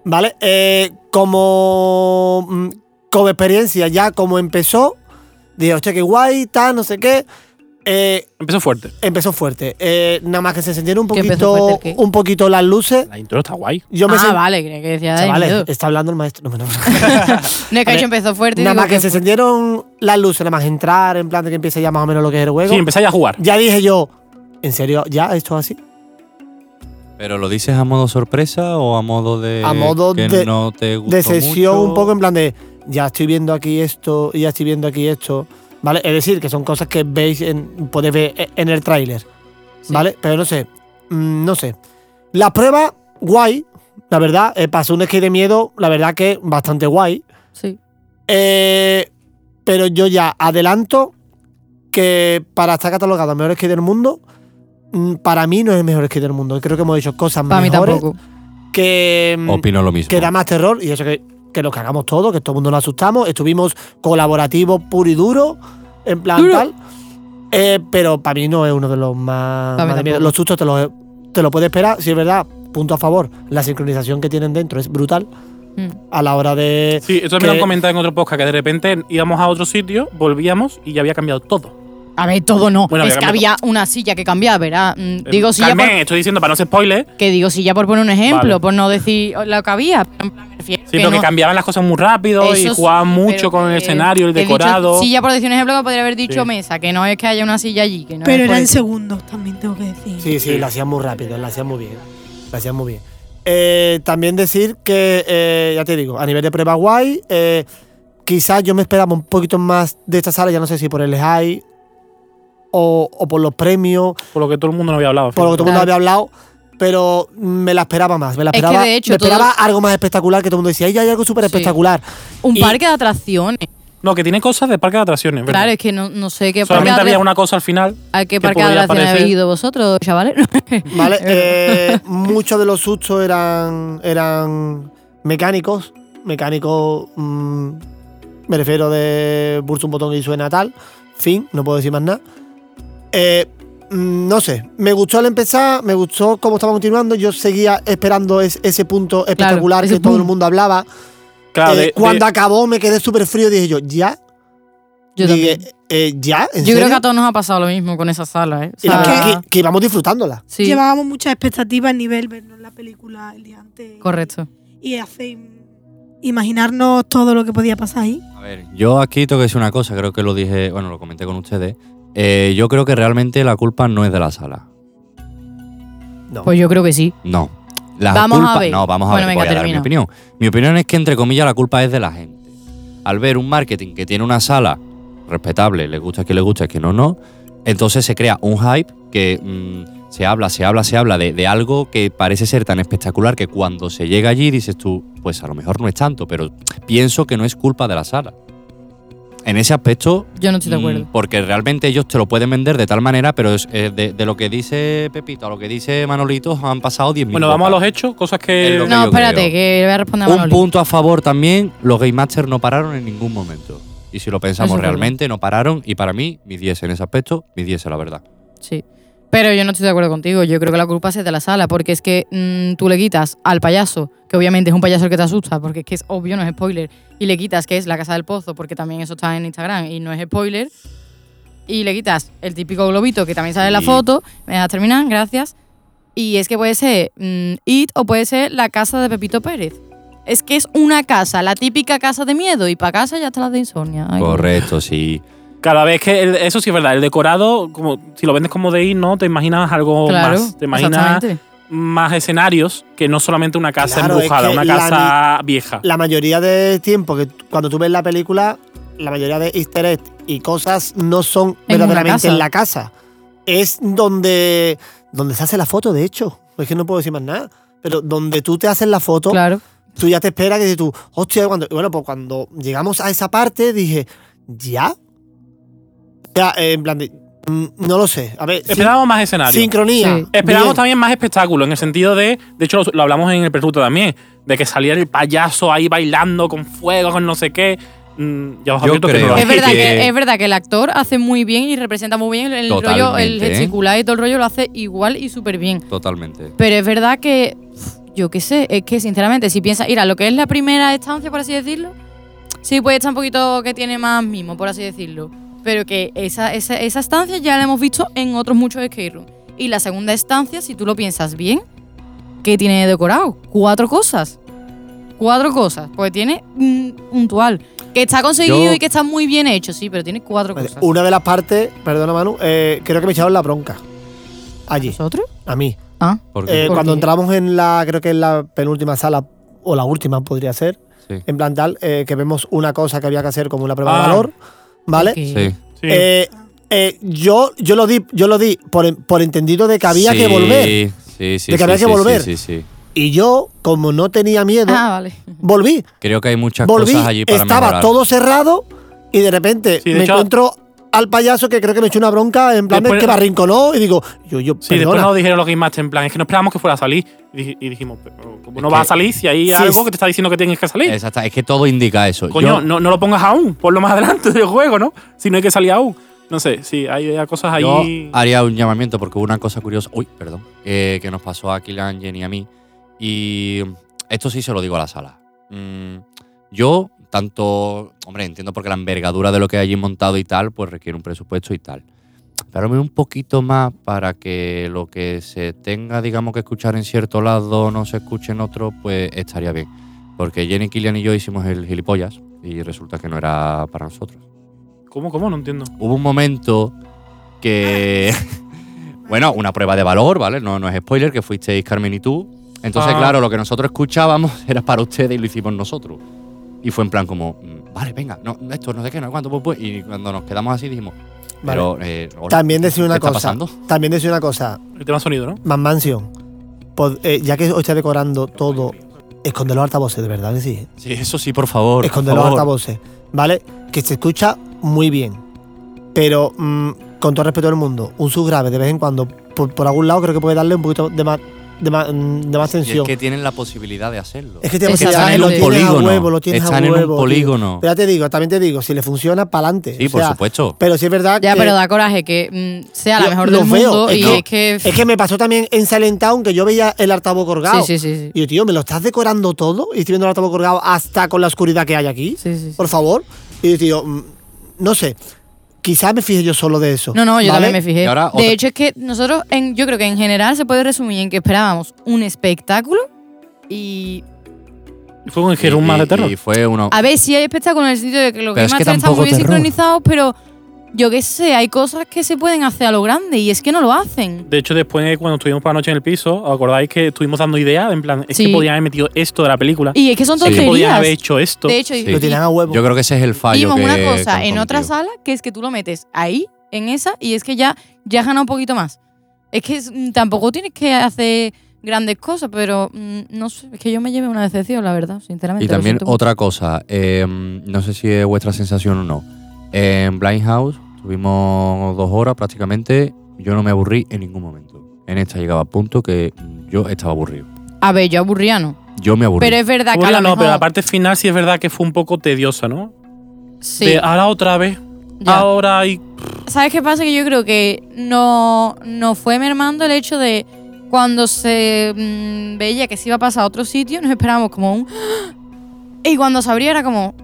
[SPEAKER 4] Vale, eh, como, mm, como experiencia, ya como empezó, dije, hostia, qué guay, tal, no sé qué. Eh,
[SPEAKER 2] Empezó fuerte.
[SPEAKER 4] empezó fuerte. Eh, nada más que se encendieron un
[SPEAKER 3] ¿Qué empezó
[SPEAKER 4] poquito,
[SPEAKER 3] fuerte el qué?
[SPEAKER 4] un poquito las luces.
[SPEAKER 2] La intro está guay.
[SPEAKER 4] Yo me
[SPEAKER 3] ah,
[SPEAKER 4] sen-
[SPEAKER 3] vale, creía que decía de
[SPEAKER 4] Chavales,
[SPEAKER 3] miedo.
[SPEAKER 4] está hablando el maestro. No, no.
[SPEAKER 3] No es que
[SPEAKER 4] Vale.
[SPEAKER 3] yo empezó fuerte. y
[SPEAKER 4] nada
[SPEAKER 3] digo
[SPEAKER 4] más que
[SPEAKER 3] que
[SPEAKER 4] se
[SPEAKER 3] fue-
[SPEAKER 4] encendieron las luces, nada más entrar, en plan de que empiece ya más o menos lo que es el juego.
[SPEAKER 2] Sí, empecé ya a jugar.
[SPEAKER 4] ya dije yo, ¿en serio? ¿Ya esto es así?
[SPEAKER 1] ¿Pero lo dices a modo sorpresa o a modo de.
[SPEAKER 4] A modo
[SPEAKER 1] que
[SPEAKER 4] de-
[SPEAKER 1] no te gustó
[SPEAKER 4] decepción
[SPEAKER 1] mucho?
[SPEAKER 4] un poco en plan de ya estoy viendo aquí esto y ya estoy viendo aquí esto vale es decir que son cosas que veis en, podéis ver e- en el tráiler vale pero no sé mm, no sé la prueba guay la verdad eh, pasó un skate de miedo la verdad que bastante guay
[SPEAKER 3] Sí.
[SPEAKER 4] Eh, pero yo ya adelanto que para estar catalogado el mejor skate del mundo mm, para mí no es el mejor skate del mundo creo que hemos hecho cosas
[SPEAKER 3] Para mí
[SPEAKER 4] mejores
[SPEAKER 3] tampoco.
[SPEAKER 4] que mm,
[SPEAKER 1] Opino lo mismo.
[SPEAKER 4] que da más terror y eso que, que lo cagamos todo, que todo el mundo nos asustamos. Estuvimos colaborativos puro y duro, en plan
[SPEAKER 3] Duro.
[SPEAKER 4] tal. Eh, pero para mí no es uno de los más.
[SPEAKER 3] Pa' mí
[SPEAKER 4] más de miedo.
[SPEAKER 3] tampoco.
[SPEAKER 4] Los sustos te los te lo puedes esperar, si es verdad. Punto a favor, la sincronización que tienen dentro es brutal
[SPEAKER 3] Mm.
[SPEAKER 4] a la hora de.
[SPEAKER 2] Sí, esto también lo
[SPEAKER 4] que-
[SPEAKER 2] han comentado en otro podcast, que de repente íbamos a otro sitio, volvíamos y ya había cambiado todo.
[SPEAKER 3] A ver, todo no.
[SPEAKER 2] Bueno,
[SPEAKER 3] es
[SPEAKER 2] había
[SPEAKER 3] que
[SPEAKER 2] cambiado.
[SPEAKER 3] había una silla que cambiaba, ¿verdad?
[SPEAKER 2] Eh,
[SPEAKER 3] Mm, Digo silla
[SPEAKER 2] Carmen,
[SPEAKER 3] por,
[SPEAKER 2] estoy diciendo para no ser spoiler,
[SPEAKER 3] que digo silla por poner un ejemplo,
[SPEAKER 2] Vale.
[SPEAKER 3] por no decir lo que había. pero en plan, me refiero
[SPEAKER 2] sí, pero que
[SPEAKER 3] no-
[SPEAKER 2] cambiaban las cosas muy rápido y
[SPEAKER 3] Eso sí,
[SPEAKER 2] jugaban
[SPEAKER 3] pero
[SPEAKER 2] mucho con el
[SPEAKER 3] que-
[SPEAKER 2] escenario, el
[SPEAKER 3] que he dicho
[SPEAKER 2] decorado.
[SPEAKER 3] silla, por decir un ejemplo, que podría haber dicho
[SPEAKER 2] Sí.
[SPEAKER 3] mesa, que no es que haya una silla allí. Que no
[SPEAKER 5] Pero
[SPEAKER 3] es por
[SPEAKER 5] era en
[SPEAKER 3] eso.
[SPEAKER 5] segundos, también tengo que decir.
[SPEAKER 4] Sí, sí, la hacían muy rápido, la hacían muy bien. La hacían muy bien. Eh, también decir que, eh, ya te digo, a nivel de prueba guay, eh, quizás yo me esperaba un poquito más de esta sala, ya no sé si por el high o, o por los premios,
[SPEAKER 2] Por lo que todo el mundo no había hablado.
[SPEAKER 4] por lo que todo el mundo
[SPEAKER 3] Claro.
[SPEAKER 4] había hablado, pero me la esperaba más. Me la
[SPEAKER 3] Es que
[SPEAKER 4] esperaba,
[SPEAKER 3] de hecho
[SPEAKER 4] me
[SPEAKER 3] todo-
[SPEAKER 4] esperaba algo más espectacular que todo el mundo decía, "Ay, hay algo súper
[SPEAKER 3] Sí.
[SPEAKER 4] espectacular.
[SPEAKER 3] Un
[SPEAKER 4] Y-
[SPEAKER 3] parque de atracciones.
[SPEAKER 2] No, que tiene cosas de parque de atracciones, ¿verdad?
[SPEAKER 3] Claro, es que no, no sé qué parque,
[SPEAKER 2] Solamente
[SPEAKER 3] de
[SPEAKER 2] había
[SPEAKER 3] atrac-
[SPEAKER 2] una cosa al final.
[SPEAKER 3] ¿A qué
[SPEAKER 2] que
[SPEAKER 3] parque de
[SPEAKER 2] podía
[SPEAKER 3] atracciones
[SPEAKER 2] aparecer.
[SPEAKER 3] habéis ido vosotros, chavales?
[SPEAKER 4] ¿Vale? Eh, muchos de los sustos eran, eran mecánicos. Mecánicos, mm, me refiero de pulso un botón y suena tal. Fin, no puedo decir más nada. Eh, mm, no sé, me gustó el empezar, me gustó cómo estaba continuando. Yo seguía esperando es- ese punto espectacular
[SPEAKER 3] ese
[SPEAKER 4] que todo el
[SPEAKER 3] pum.
[SPEAKER 4] mundo hablaba.
[SPEAKER 2] Claro,
[SPEAKER 4] Eh,
[SPEAKER 2] de- de-
[SPEAKER 4] cuando acabó me quedé súper frío dije yo, ¿ya?
[SPEAKER 3] Yo
[SPEAKER 4] Dije,
[SPEAKER 3] también.
[SPEAKER 4] eh, ¿ya? ¿En
[SPEAKER 3] Yo creo que
[SPEAKER 4] serio?
[SPEAKER 3] a todos nos ha pasado lo mismo con esa sala, ¿eh? O
[SPEAKER 4] Y la-
[SPEAKER 3] sea,
[SPEAKER 4] que, que- que íbamos disfrutándola.
[SPEAKER 3] sí,
[SPEAKER 5] Llevábamos muchas expectativas en nivel vernos la película el día antes.
[SPEAKER 3] correcto.
[SPEAKER 5] Y hace imaginarnos todo lo que podía pasar ahí.
[SPEAKER 1] A ver, yo aquí tengo que decir una cosa, creo que lo dije, bueno, lo comenté con ustedes. Eh, yo creo que realmente la culpa no es de la sala.
[SPEAKER 4] No.
[SPEAKER 3] Pues yo creo que sí.
[SPEAKER 1] No. La
[SPEAKER 3] Vamos a
[SPEAKER 1] culpa-
[SPEAKER 3] ver.
[SPEAKER 1] No, vamos a
[SPEAKER 3] Bueno,
[SPEAKER 1] ver.
[SPEAKER 3] venga,
[SPEAKER 1] voy a dar mi
[SPEAKER 3] termina.
[SPEAKER 1] opinión. Mi opinión es que, entre comillas, la culpa es de la gente. Al ver un marketing que tiene una sala respetable, le gusta que le gusta, que no, no, entonces se crea un hype que mm, se habla, se habla, se habla de, de algo que parece ser tan espectacular que cuando se llega allí dices tú, pues a lo mejor no es tanto, pero pienso que no es culpa de la sala. En ese aspecto,
[SPEAKER 3] Yo no estoy de
[SPEAKER 1] Mm,
[SPEAKER 3] acuerdo.
[SPEAKER 1] Porque realmente ellos te lo pueden vender de tal manera, pero es, eh, de, de lo que dice Pepito a lo que dice Manolito han pasado 10
[SPEAKER 2] Bueno, vamos a los hechos, cosas que.
[SPEAKER 1] Es lo que
[SPEAKER 3] No,
[SPEAKER 1] yo
[SPEAKER 3] espérate,
[SPEAKER 1] creo.
[SPEAKER 3] que le voy a responder a
[SPEAKER 1] Un
[SPEAKER 3] Manoli.
[SPEAKER 1] punto a favor también, los Game Masters no pararon en ningún momento. Y si lo pensamos
[SPEAKER 3] Eso es
[SPEAKER 1] realmente, no pararon. Y para mí, mis 10 en ese aspecto, mis 10 la verdad.
[SPEAKER 3] Sí. Pero yo no estoy de acuerdo contigo. Yo creo que la culpa es de la sala, porque es que mm, tú le quitas al payaso, que obviamente es un payaso el que te asusta, porque es que es obvio, no es spoiler. Y le quitas que es la casa del pozo, porque también eso está en Instagram y no es spoiler. Y le quitas el típico globito que también sale en la
[SPEAKER 1] Y-
[SPEAKER 3] foto. Me das terminar, gracias. Y es que puede ser mm, It o puede ser la casa de Pepito Pérez. Es que es una casa, la típica casa de miedo, y para casa ya está la de insomnia. Ay,
[SPEAKER 1] Correcto, sí.
[SPEAKER 2] Cada vez que. el- eso sí es verdad. El decorado, como si lo vendes como de ir, no te imaginas algo
[SPEAKER 3] Claro,
[SPEAKER 2] más. Te imaginas
[SPEAKER 3] exactamente.
[SPEAKER 2] más escenarios que no solamente una casa
[SPEAKER 4] Claro, es
[SPEAKER 2] embrujada,
[SPEAKER 4] que
[SPEAKER 2] una
[SPEAKER 4] la
[SPEAKER 2] casa vieja.
[SPEAKER 4] La mayoría de tiempo que t- cuando tú ves la película, la mayoría de easter eggs y cosas no son
[SPEAKER 3] En una
[SPEAKER 4] verdaderamente
[SPEAKER 3] casa.
[SPEAKER 4] en la casa. Es donde, donde se hace la foto, de hecho. Es que no puedo decir más nada. Pero donde tú te haces la foto,
[SPEAKER 3] Claro.
[SPEAKER 4] tú ya te esperas que dices tú, hostia, cuando. y Bueno, pues cuando llegamos a esa parte dije, ¿ya? O sea, eh, en plan de. mm, No lo sé. A ver, sin-
[SPEAKER 2] Esperábamos más escenarios.
[SPEAKER 4] sincronía.
[SPEAKER 3] Sí.
[SPEAKER 2] Esperábamos
[SPEAKER 4] Bien.
[SPEAKER 2] también más espectáculo, en el sentido de, de hecho lo, lo hablamos en el perruto también, de que saliera el payaso ahí bailando con fuego, con no sé qué. Mm, ya vas a
[SPEAKER 1] Yo
[SPEAKER 2] ver tú que no
[SPEAKER 1] creo
[SPEAKER 2] lo
[SPEAKER 3] Es
[SPEAKER 2] haces.
[SPEAKER 3] verdad, que,
[SPEAKER 1] que-
[SPEAKER 3] es verdad que el actor hace muy bien y representa muy bien el, el rollo, el
[SPEAKER 1] Totalmente, ¿eh?
[SPEAKER 3] gesticular y todo el rollo lo hace igual y súper bien.
[SPEAKER 1] Totalmente.
[SPEAKER 3] Pero es verdad que, pf, yo qué sé, es que sinceramente, si piensas, mira, lo que es la primera estancia, por así decirlo, sí puede estar un poquito que tiene más mimo, por así decirlo. Pero que esa, esa, esa estancia ya la hemos visto en otros muchos skate rooms. Y la segunda estancia, si tú lo piensas bien, ¿qué tiene de decorado? Cuatro cosas. Cuatro cosas. Porque tiene mm, puntual. Que está conseguido
[SPEAKER 1] Yo-
[SPEAKER 3] y que está muy bien hecho, sí, pero tiene cuatro
[SPEAKER 4] Vale,
[SPEAKER 3] cosas.
[SPEAKER 4] Una de las partes, perdona Manu, eh, creo que me echaron la bronca. Allí,
[SPEAKER 3] ¿Nosotros?
[SPEAKER 4] a mí.
[SPEAKER 3] Ah.
[SPEAKER 1] Porque
[SPEAKER 4] Eh,
[SPEAKER 3] ¿Por
[SPEAKER 4] cuando
[SPEAKER 3] qué?
[SPEAKER 4] entramos en la, creo que en la penúltima sala, o la última podría ser,
[SPEAKER 1] Sí.
[SPEAKER 4] en plan tal, eh, que vemos una cosa que había que hacer como una prueba
[SPEAKER 2] Ah.
[SPEAKER 4] de valor, ¿vale?
[SPEAKER 3] Porque-
[SPEAKER 1] sí.
[SPEAKER 2] Sí.
[SPEAKER 4] Eh, eh, yo, yo lo di, yo lo di por, en- por entendido de que había que
[SPEAKER 1] Sí,
[SPEAKER 4] volver.
[SPEAKER 1] Sí, sí.
[SPEAKER 4] De que
[SPEAKER 1] sí,
[SPEAKER 4] había que
[SPEAKER 1] sí,
[SPEAKER 4] volver.
[SPEAKER 1] Sí, sí, sí.
[SPEAKER 4] Y yo, como no tenía miedo,
[SPEAKER 3] Ah, vale.
[SPEAKER 4] volví.
[SPEAKER 1] Creo que hay muchas
[SPEAKER 4] Volví.
[SPEAKER 1] cosas allí para
[SPEAKER 4] Estaba
[SPEAKER 1] mejorar.
[SPEAKER 4] todo cerrado y de repente
[SPEAKER 2] Sí, de
[SPEAKER 4] me
[SPEAKER 2] hecho-
[SPEAKER 4] encuentro al payaso que creo que me echó una bronca en plan de
[SPEAKER 2] Después-
[SPEAKER 4] que me arrinconó y digo, yo, yo,
[SPEAKER 2] Sí, después
[SPEAKER 4] perdona.
[SPEAKER 2] nos dijeron los Game Master en plan, es que no esperábamos que fuera a salir. Y, dij- y dijimos, pero ¿cómo no
[SPEAKER 1] Es
[SPEAKER 2] va
[SPEAKER 1] que-
[SPEAKER 2] a salir si hay
[SPEAKER 4] Sí,
[SPEAKER 2] algo
[SPEAKER 4] es-
[SPEAKER 2] que te está diciendo que tienes que salir?
[SPEAKER 1] Exacto, es que todo indica eso.
[SPEAKER 2] Coño,
[SPEAKER 1] Yo-
[SPEAKER 2] no, no lo pongas aún, ponlo más adelante del juego, ¿no? Si no hay que salir aún. No sé, sí, hay, hay cosas
[SPEAKER 1] Yo ah,
[SPEAKER 2] ahí.
[SPEAKER 1] haría un llamamiento porque hubo una cosa curiosa, uy, perdón, eh, que nos pasó a Kylian, Jenny y a mí. Y esto sí se lo digo a la sala. Mm, yo, tanto, hombre, entiendo porque la envergadura de lo que hay allí montado y tal, pues requiere un presupuesto y tal. Pero un poquito más para que lo que se tenga, digamos, que escuchar en cierto lado no se escuche en otro, pues estaría bien. Porque Jenny, Kylian y yo hicimos el gilipollas y resulta que no era para nosotros
[SPEAKER 2] ¿Cómo, cómo? No entiendo.
[SPEAKER 1] hubo un momento que. bueno, una prueba de valor, ¿vale? No, no es spoiler, que fuisteis Carmen y tú. Entonces,
[SPEAKER 2] Ah.
[SPEAKER 1] claro, lo que nosotros escuchábamos era para ustedes y lo hicimos nosotros. Y fue en plan como, mm, vale, venga, no, esto no sé qué, no sé cuánto, pues, pues. Y cuando nos quedamos así dijimos,
[SPEAKER 4] Vale.
[SPEAKER 1] pero. eh, hola,
[SPEAKER 4] También decir una
[SPEAKER 1] ¿qué está
[SPEAKER 4] cosa.
[SPEAKER 1] pasando?
[SPEAKER 4] También decir una cosa.
[SPEAKER 2] El tema sonido, ¿no?
[SPEAKER 4] Man Mansion, pod- eh, ya que os está decorando todo, esconde los altavoces, de verdad que sí.
[SPEAKER 1] Sí, eso sí, por favor. por
[SPEAKER 4] Esconde los
[SPEAKER 1] favor.
[SPEAKER 4] altavoces, ¿vale? Que se escucha muy bien. Pero mm, con todo respeto del mundo, un subgrave de vez en cuando, por, por algún lado, creo que puede darle un poquito de más, de más, mm, de más
[SPEAKER 1] Y es
[SPEAKER 4] tensión.
[SPEAKER 1] que tienen la posibilidad de hacerlo.
[SPEAKER 4] Es que te-
[SPEAKER 3] Exactamente.
[SPEAKER 4] ya,
[SPEAKER 1] están en
[SPEAKER 4] lo
[SPEAKER 1] un
[SPEAKER 3] tienes a
[SPEAKER 4] tienes a
[SPEAKER 1] polígono.
[SPEAKER 4] huevo, lo tienes a
[SPEAKER 1] están en
[SPEAKER 4] huevo,
[SPEAKER 1] un
[SPEAKER 4] tío.
[SPEAKER 1] polígono.
[SPEAKER 4] Pero ya te digo, también te digo, si le funciona, pa'lante.
[SPEAKER 1] Sí,
[SPEAKER 4] O
[SPEAKER 1] por
[SPEAKER 4] sea,
[SPEAKER 1] supuesto.
[SPEAKER 4] Pero sí es verdad
[SPEAKER 3] Ya,
[SPEAKER 4] que.
[SPEAKER 3] pero da coraje que mm, sea la
[SPEAKER 4] Yo-
[SPEAKER 3] mejor
[SPEAKER 4] los
[SPEAKER 3] del
[SPEAKER 4] veo,
[SPEAKER 3] mundo
[SPEAKER 4] es
[SPEAKER 3] y
[SPEAKER 4] que-
[SPEAKER 3] es que.
[SPEAKER 4] Es que me pasó también en Silent Town que yo veía el altavoz colgado.
[SPEAKER 3] sí, sí, sí, sí.
[SPEAKER 4] Y yo, tío, ¿me lo estás decorando todo? Y estoy viendo el altavoz colgado hasta con la oscuridad que hay aquí.
[SPEAKER 3] Sí, sí, sí.
[SPEAKER 4] Por favor. Y yo, tío, mm, no sé. Quizás me fije yo solo de eso.
[SPEAKER 3] No, no, yo
[SPEAKER 4] ¿vale?
[SPEAKER 3] también me
[SPEAKER 1] Y
[SPEAKER 3] fijé.
[SPEAKER 1] ahora otra-
[SPEAKER 3] de hecho, es que nosotros, en, yo creo que en general se puede resumir en que esperábamos un espectáculo y
[SPEAKER 2] Fue con el
[SPEAKER 1] Y-
[SPEAKER 2] Jerón más
[SPEAKER 1] y-
[SPEAKER 2] de terror.
[SPEAKER 1] Y fue uno.
[SPEAKER 3] A ver, sí hay espectáculos en el sentido de que los
[SPEAKER 1] Pero es
[SPEAKER 3] Game
[SPEAKER 1] que
[SPEAKER 3] Masters están
[SPEAKER 1] tampoco
[SPEAKER 3] muy bien
[SPEAKER 1] terror.
[SPEAKER 3] sincronizados, pero yo qué sé, hay cosas que se pueden hacer a lo grande y es que no lo hacen.
[SPEAKER 2] De hecho, después, cuando estuvimos por la noche en el piso, ¿os acordáis que estuvimos dando ideas? En plan, es
[SPEAKER 3] Sí.
[SPEAKER 2] que podían haber metido esto de la película.
[SPEAKER 3] Y es que son
[SPEAKER 1] Sí.
[SPEAKER 2] es que podían
[SPEAKER 3] tonterías.
[SPEAKER 2] haber hecho esto.
[SPEAKER 3] de hecho,
[SPEAKER 1] Sí.
[SPEAKER 3] y-
[SPEAKER 4] Lo tiran a huevo.
[SPEAKER 1] Yo creo que ese es el fallo.
[SPEAKER 3] vimos
[SPEAKER 1] que
[SPEAKER 3] una cosa
[SPEAKER 1] que
[SPEAKER 3] en
[SPEAKER 1] han
[SPEAKER 3] otra
[SPEAKER 1] cometido.
[SPEAKER 3] sala que es que tú lo metes ahí, en esa, y es que ya, ya has ganado un poquito más. Es que es- mm, tampoco tienes que hacer grandes cosas, pero mm, no sé, es que yo me llevé una decepción, la verdad, sinceramente.
[SPEAKER 1] Y
[SPEAKER 3] lo
[SPEAKER 1] también
[SPEAKER 3] siento mucho.
[SPEAKER 1] otra cosa, eh, no sé si es vuestra sensación o no. En Blind House tuvimos dos horas prácticamente. Yo no me aburrí en ningún momento. En esta llegaba a punto que yo estaba aburrido.
[SPEAKER 3] A ver, yo aburriano.
[SPEAKER 1] Yo me aburrí.
[SPEAKER 3] Pero es verdad que a
[SPEAKER 2] Bueno,
[SPEAKER 3] lo
[SPEAKER 2] no, pero la
[SPEAKER 3] mejor-
[SPEAKER 2] parte final sí es verdad que fue un poco tediosa, ¿no?
[SPEAKER 3] sí,
[SPEAKER 2] De ahora otra vez,
[SPEAKER 3] ya.
[SPEAKER 2] ahora y
[SPEAKER 3] ¿Sabes qué pasa? Que yo creo que no, no fue mermando el hecho de cuando se mm, veía que se iba a pasar a otro sitio, nos esperábamos como un... ¡Ah! Y cuando se abría era como...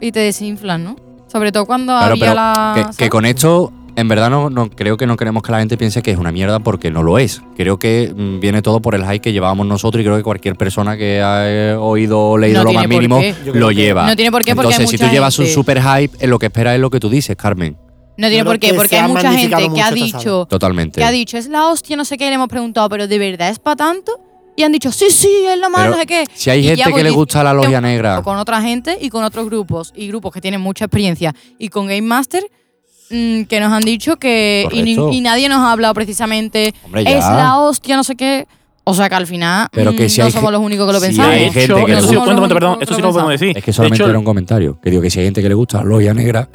[SPEAKER 3] Y te desinflan, ¿no? Sobre todo cuando
[SPEAKER 1] Claro,
[SPEAKER 3] había
[SPEAKER 1] pero
[SPEAKER 3] la...
[SPEAKER 1] que,
[SPEAKER 3] ¿sabes?
[SPEAKER 1] que con esto, en verdad, no, no creo que no queremos que la gente piense que es una mierda porque no lo es. Creo que mm, viene todo por el hype que llevábamos nosotros y creo que cualquier persona que ha eh, oído o leído
[SPEAKER 3] No
[SPEAKER 1] lo
[SPEAKER 3] tiene
[SPEAKER 1] más
[SPEAKER 3] por
[SPEAKER 1] mínimo
[SPEAKER 3] qué.
[SPEAKER 4] Yo creo
[SPEAKER 1] lo
[SPEAKER 4] que-
[SPEAKER 1] lleva.
[SPEAKER 3] No tiene por qué porque hay
[SPEAKER 1] Entonces, si tú
[SPEAKER 3] mucha
[SPEAKER 1] llevas un
[SPEAKER 3] gente.
[SPEAKER 1] super hype, eh, lo que esperas es lo que tú dices, Carmen.
[SPEAKER 3] no tiene
[SPEAKER 4] Yo
[SPEAKER 3] por
[SPEAKER 4] creo
[SPEAKER 3] qué,
[SPEAKER 4] que se
[SPEAKER 3] porque hay
[SPEAKER 4] ha
[SPEAKER 3] mucha gente
[SPEAKER 4] magnificado
[SPEAKER 3] que ha
[SPEAKER 4] mucho esta
[SPEAKER 3] dicho...
[SPEAKER 1] Totalmente.
[SPEAKER 3] Que ha dicho, es la hostia, no sé qué, y le hemos preguntado, pero ¿de verdad es para tanto? Y han dicho, sí, sí, es lo más,
[SPEAKER 1] Pero
[SPEAKER 3] no sé qué.
[SPEAKER 1] Si hay
[SPEAKER 3] Y ya
[SPEAKER 1] gente
[SPEAKER 3] voy
[SPEAKER 1] que le
[SPEAKER 3] diciendo-
[SPEAKER 1] gusta la logia negra.
[SPEAKER 3] o con otra gente y con otros grupos y grupos que tienen mucha experiencia y con Game Master mm, que nos han dicho que y, ni-
[SPEAKER 1] Correcto.
[SPEAKER 3] y nadie nos ha hablado precisamente
[SPEAKER 1] Hombre, ya.
[SPEAKER 3] es la hostia no sé qué o sea que al final
[SPEAKER 1] Pero que
[SPEAKER 3] mm,
[SPEAKER 1] si
[SPEAKER 3] no
[SPEAKER 1] hay
[SPEAKER 3] somos
[SPEAKER 1] ge-
[SPEAKER 3] los únicos que lo
[SPEAKER 1] si
[SPEAKER 3] pensamos
[SPEAKER 1] hay
[SPEAKER 2] de
[SPEAKER 1] gente
[SPEAKER 2] hecho,
[SPEAKER 1] que le
[SPEAKER 2] esto sí,
[SPEAKER 1] gusta.
[SPEAKER 2] cuéntame, perdón, esto sí no lo podemos decir.
[SPEAKER 1] Es que solamente
[SPEAKER 2] de hecho,
[SPEAKER 1] era un comentario. Que digo que si hay gente que le gusta la logia negra,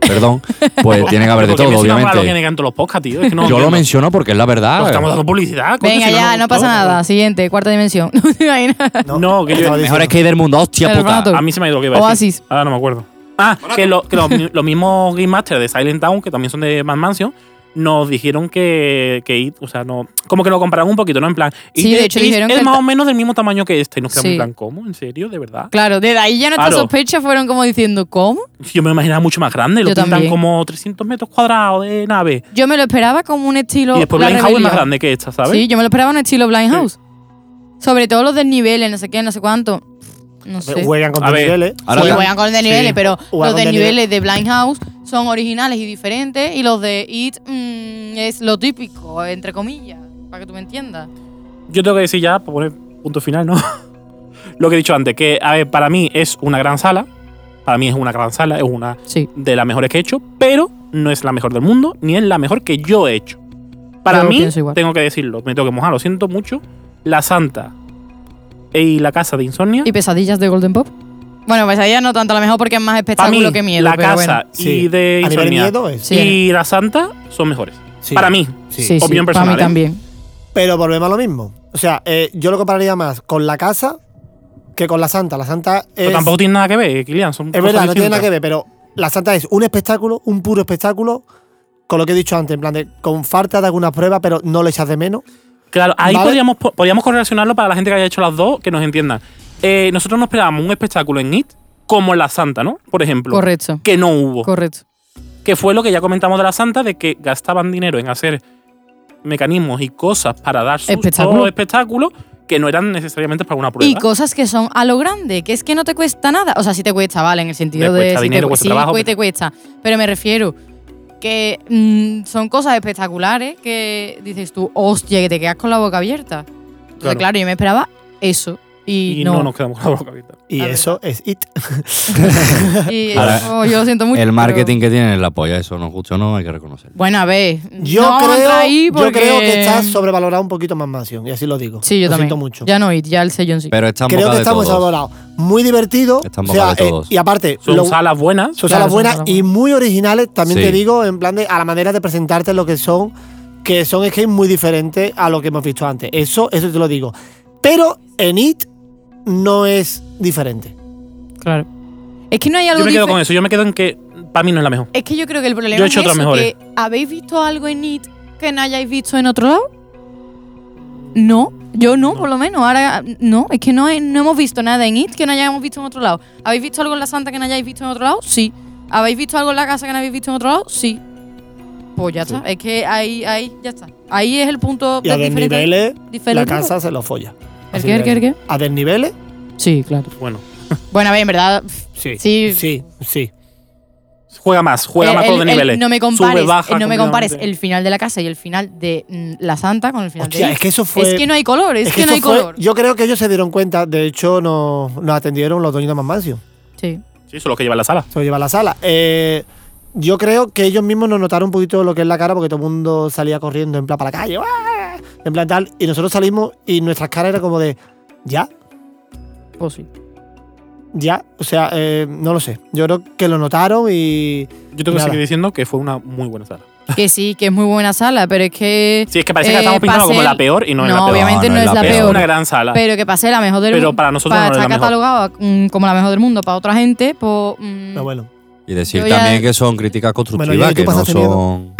[SPEAKER 1] perdón, pues tiene que haber de
[SPEAKER 2] porque
[SPEAKER 1] todo,
[SPEAKER 2] mencionamos a lo que
[SPEAKER 1] obviamente.
[SPEAKER 2] negan todos los podcasts, tío. Es que no
[SPEAKER 1] Yo lo
[SPEAKER 2] entiendo.
[SPEAKER 1] menciono porque es la
[SPEAKER 2] Nos Pues estamos dando
[SPEAKER 1] Ah, verdad.
[SPEAKER 2] publicidad. coño,
[SPEAKER 3] venga
[SPEAKER 2] si
[SPEAKER 3] ya no
[SPEAKER 2] nos
[SPEAKER 3] pasa
[SPEAKER 2] gustó.
[SPEAKER 3] nada siguiente cuarta dimensión no te imaginas
[SPEAKER 2] No, que yo-
[SPEAKER 1] Mejor
[SPEAKER 4] estaba diciendo.
[SPEAKER 1] es que hay del mundo, hostia
[SPEAKER 3] Pero
[SPEAKER 1] puta.
[SPEAKER 3] rato.
[SPEAKER 2] A mí se me ha ido lo que iba a decir.
[SPEAKER 3] Oasis.
[SPEAKER 2] Ahora no me acuerdo. Ah, que, lo- que lo- los mismos Game Master de Silent Town, que también son de Mad Mansion, nos dijeron que, que It, o sea, no, como que lo compararon un poquito, ¿no? En plan,
[SPEAKER 3] Sí,
[SPEAKER 2] It-
[SPEAKER 3] de hecho,
[SPEAKER 2] It
[SPEAKER 3] dijeron
[SPEAKER 2] es
[SPEAKER 3] que el
[SPEAKER 2] más
[SPEAKER 3] ta-
[SPEAKER 2] o menos del mismo tamaño que este. Y nos quedamos
[SPEAKER 3] Sí.
[SPEAKER 2] en plan, ¿cómo? ¿En serio? ¿De verdad?
[SPEAKER 3] claro desde ahí ya nuestras
[SPEAKER 2] Claro.
[SPEAKER 3] sospechas fueron como diciendo ¿cómo?
[SPEAKER 2] Yo me lo imaginaba mucho más grande. Lo
[SPEAKER 3] Yo
[SPEAKER 2] pintan
[SPEAKER 3] también.
[SPEAKER 2] como 300 metros cuadrados de nave.
[SPEAKER 3] yo me lo esperaba como un estilo
[SPEAKER 2] y después
[SPEAKER 3] La
[SPEAKER 2] Blind House es más
[SPEAKER 3] Rebelión.
[SPEAKER 2] grande que esta, ¿sabes?
[SPEAKER 3] sí yo me lo esperaba en estilo Blind
[SPEAKER 2] Sí.
[SPEAKER 3] House sobre todo los desniveles no sé qué no sé cuánto no sé
[SPEAKER 4] Juegan con
[SPEAKER 2] A ver,
[SPEAKER 4] niveles.
[SPEAKER 1] ahora
[SPEAKER 3] sí,
[SPEAKER 1] la-
[SPEAKER 3] juegan con desniveles,
[SPEAKER 2] sí,
[SPEAKER 3] pero
[SPEAKER 4] juegan
[SPEAKER 3] los
[SPEAKER 4] con
[SPEAKER 3] desniveles de Blind House son originales y diferentes y los de It mm, es lo típico, entre comillas, para que tú me entiendas.
[SPEAKER 2] Yo tengo que decir ya, para poner punto final, ¿no? lo que he dicho antes, que, a ver, para mí es una gran sala. Para mí es una gran sala, es una
[SPEAKER 3] Sí.
[SPEAKER 2] de las mejores que he hecho, pero no es la mejor del mundo, ni es la mejor que yo he hecho. Para
[SPEAKER 3] Yo
[SPEAKER 2] mí,
[SPEAKER 3] pienso igual.
[SPEAKER 2] tengo que decirlo, me tengo que mojar, lo siento mucho, La Santa y La Casa de Insomnia.
[SPEAKER 3] ¿Y pesadillas de Golden Pop? Bueno, pesadillas no tanto, a lo mejor porque es más
[SPEAKER 2] para mí,
[SPEAKER 3] espectáculo que miedo.
[SPEAKER 2] La
[SPEAKER 3] pero
[SPEAKER 2] Casa
[SPEAKER 3] bueno.
[SPEAKER 2] y de
[SPEAKER 4] A nivel
[SPEAKER 2] Insomnia
[SPEAKER 4] miedo es.
[SPEAKER 3] Sí.
[SPEAKER 2] y La Santa son mejores.
[SPEAKER 4] Sí.
[SPEAKER 2] Para mí.
[SPEAKER 4] Sí.
[SPEAKER 3] Sí, sí,
[SPEAKER 2] opinión
[SPEAKER 3] Para
[SPEAKER 2] personal,
[SPEAKER 3] mí
[SPEAKER 2] ¿eh?
[SPEAKER 3] también.
[SPEAKER 4] Pero volvemos a lo mismo. O sea, eh, yo lo compararía más con la casa que con la santa. La santa es.
[SPEAKER 2] Pero tampoco tiene nada que ver, Kilian. Son
[SPEAKER 4] Es verdad, no tiene nada que ver, pero la Santa es un espectáculo, un puro espectáculo, con lo que he dicho antes, en plan de con falta de alguna prueba, pero no le echas de menos.
[SPEAKER 2] Claro, ahí
[SPEAKER 4] ¿Vale?
[SPEAKER 2] podríamos, po- podríamos correlacionarlo para la gente que haya hecho las dos, que nos entiendan. Eh, nosotros nos esperábamos un espectáculo en IT como La Santa, ¿no? Por ejemplo.
[SPEAKER 3] Correcto.
[SPEAKER 2] Que no hubo.
[SPEAKER 3] Correcto.
[SPEAKER 2] que fue lo que ya comentamos de la Santa, de que gastaban dinero en hacer mecanismos y cosas para dar sus
[SPEAKER 3] Espectáculo.
[SPEAKER 2] todos espectáculos que no eran necesariamente para una prueba.
[SPEAKER 3] Y cosas que son a lo grande, que es que no te cuesta nada. O sea, sí te cuesta, vale, en el sentido
[SPEAKER 2] Te
[SPEAKER 3] de.
[SPEAKER 2] cuesta
[SPEAKER 3] sí
[SPEAKER 2] dinero,
[SPEAKER 3] te,
[SPEAKER 2] cuesta
[SPEAKER 3] sí,
[SPEAKER 2] trabajo,
[SPEAKER 3] cu-
[SPEAKER 2] pero-
[SPEAKER 3] te cuesta. Pero me refiero que mm, son cosas espectaculares que dices tú, hostia, que te quedas con la boca abierta. Entonces,
[SPEAKER 2] Claro.
[SPEAKER 3] claro, yo me esperaba eso. Y,
[SPEAKER 2] Y no. nos quedamos con la boca abierta.
[SPEAKER 4] Y
[SPEAKER 3] La
[SPEAKER 4] eso es it.
[SPEAKER 3] Y
[SPEAKER 1] Ahora,
[SPEAKER 3] eso yo lo siento mucho.
[SPEAKER 1] El
[SPEAKER 3] pero-
[SPEAKER 1] marketing que tienen es la polla, eso nos gusta o no, hay que reconocerlo.
[SPEAKER 3] Bueno, a ver.
[SPEAKER 4] Yo,
[SPEAKER 3] no vamos a
[SPEAKER 4] creo,
[SPEAKER 3] entrar ahí
[SPEAKER 4] yo creo
[SPEAKER 3] porque-
[SPEAKER 4] que está sobrevalorado un poquito más Mansion, y así lo digo.
[SPEAKER 3] Sí, yo
[SPEAKER 4] lo
[SPEAKER 3] también.
[SPEAKER 4] siento mucho.
[SPEAKER 3] Ya no, y ya el sello en sí.
[SPEAKER 1] Pero está en
[SPEAKER 4] creo
[SPEAKER 1] boca
[SPEAKER 4] que
[SPEAKER 1] de
[SPEAKER 4] está muy
[SPEAKER 1] todos.
[SPEAKER 4] sobrevalorado. Muy divertido.
[SPEAKER 1] Está en
[SPEAKER 4] o sea,
[SPEAKER 1] boca de
[SPEAKER 4] eh,
[SPEAKER 1] todos.
[SPEAKER 4] y aparte,
[SPEAKER 2] Son
[SPEAKER 4] lo-
[SPEAKER 2] salas buenas.
[SPEAKER 4] son
[SPEAKER 3] Claro,
[SPEAKER 4] salas
[SPEAKER 3] son
[SPEAKER 4] buenas
[SPEAKER 3] salas
[SPEAKER 4] y muy originales, también
[SPEAKER 1] Sí.
[SPEAKER 4] te digo, en plan de a la manera de presentarte lo que son, que son skates muy diferentes a lo que hemos visto antes. Eso, eso te lo digo. Pero en It no es diferente.
[SPEAKER 3] claro. Es que no hay algo
[SPEAKER 2] Yo me quedo
[SPEAKER 3] dife-
[SPEAKER 2] con eso, yo me quedo en que para mí no es la mejor.
[SPEAKER 3] Es que yo creo que el problema
[SPEAKER 2] Yo he
[SPEAKER 3] es
[SPEAKER 2] hecho otras
[SPEAKER 3] eso,
[SPEAKER 2] mejores.
[SPEAKER 3] que habéis visto algo en IT que no hayáis visto en otro lado. No, yo no, por lo menos. Ahora no, es que no, he- no hemos visto nada en IT que no hayamos visto en otro lado. ¿Habéis visto algo en La Santa que no hayáis visto en otro lado? Sí. ¿Habéis visto algo en la casa que no habéis visto en otro lado? Sí. Pues ya está. Es que ahí, ahí, ya está. Ahí es el punto
[SPEAKER 4] Y a
[SPEAKER 3] del diferente-
[SPEAKER 4] desniveles, la
[SPEAKER 3] diferente.
[SPEAKER 4] casa se lo folla.
[SPEAKER 3] ¿El
[SPEAKER 4] Así
[SPEAKER 3] qué, el
[SPEAKER 4] de-
[SPEAKER 3] qué, el qué?
[SPEAKER 4] A desniveles,
[SPEAKER 3] Sí, claro.
[SPEAKER 2] Bueno,
[SPEAKER 3] Bueno, a ver, en verdad.
[SPEAKER 4] sí.
[SPEAKER 3] Sí.
[SPEAKER 4] Sí, sí.
[SPEAKER 2] juega más, juega
[SPEAKER 3] Eh, el-
[SPEAKER 2] más con los
[SPEAKER 3] el-
[SPEAKER 2] niveles.
[SPEAKER 3] el- no me compares,
[SPEAKER 2] Sube, baja,
[SPEAKER 3] el no me compares el
[SPEAKER 2] continuamente.
[SPEAKER 3] final de la casa y el final de mm, la santa con el final
[SPEAKER 4] Hostia,
[SPEAKER 3] de
[SPEAKER 4] es que eso fue.
[SPEAKER 3] Es que no hay color, es, que, no
[SPEAKER 4] eso
[SPEAKER 3] hay
[SPEAKER 4] fue-
[SPEAKER 3] color.
[SPEAKER 4] Yo creo que ellos se dieron cuenta. De hecho, nos, nos atendieron los dueños de Mamancio.
[SPEAKER 3] Sí.
[SPEAKER 2] Sí, eso es lo que lleva en la sala.
[SPEAKER 4] Se lo lleva a la sala. Eh, yo creo que ellos mismos nos notaron un poquito lo que es la cara porque todo el mundo salía corriendo en plan para la calle. ¡ah! En plan tal. Y nosotros salimos y nuestras caras eran como de. Ya,
[SPEAKER 3] Pues sí.
[SPEAKER 4] ya. O sea, eh, no lo sé. Yo creo que lo notaron y.
[SPEAKER 3] Mm.
[SPEAKER 2] Yo tengo que
[SPEAKER 4] Nada.
[SPEAKER 2] seguir diciendo que fue una muy buena sala.
[SPEAKER 3] Que sí, que es muy buena sala, pero es que.
[SPEAKER 2] Sí, es que parece que
[SPEAKER 3] eh,
[SPEAKER 2] la estamos pintando como
[SPEAKER 3] pasé-
[SPEAKER 2] la peor y no, es la
[SPEAKER 3] No,
[SPEAKER 2] peor.
[SPEAKER 3] obviamente no, es la
[SPEAKER 2] Es
[SPEAKER 3] peor.
[SPEAKER 2] una gran sala.
[SPEAKER 3] Pero que pase la mejor del
[SPEAKER 2] Pero
[SPEAKER 3] mundo.
[SPEAKER 2] para nosotros
[SPEAKER 3] Para
[SPEAKER 2] no es
[SPEAKER 3] estar
[SPEAKER 2] la mejor.
[SPEAKER 3] catalogada mm, como la mejor del mundo para otra gente, pues. mm,
[SPEAKER 4] Pero bueno.
[SPEAKER 1] Y decir
[SPEAKER 3] Yo ya-
[SPEAKER 1] también que son críticas constructivas,
[SPEAKER 4] Bueno, ¿y tú
[SPEAKER 1] que no
[SPEAKER 4] pasaste
[SPEAKER 1] son.
[SPEAKER 4] miedo?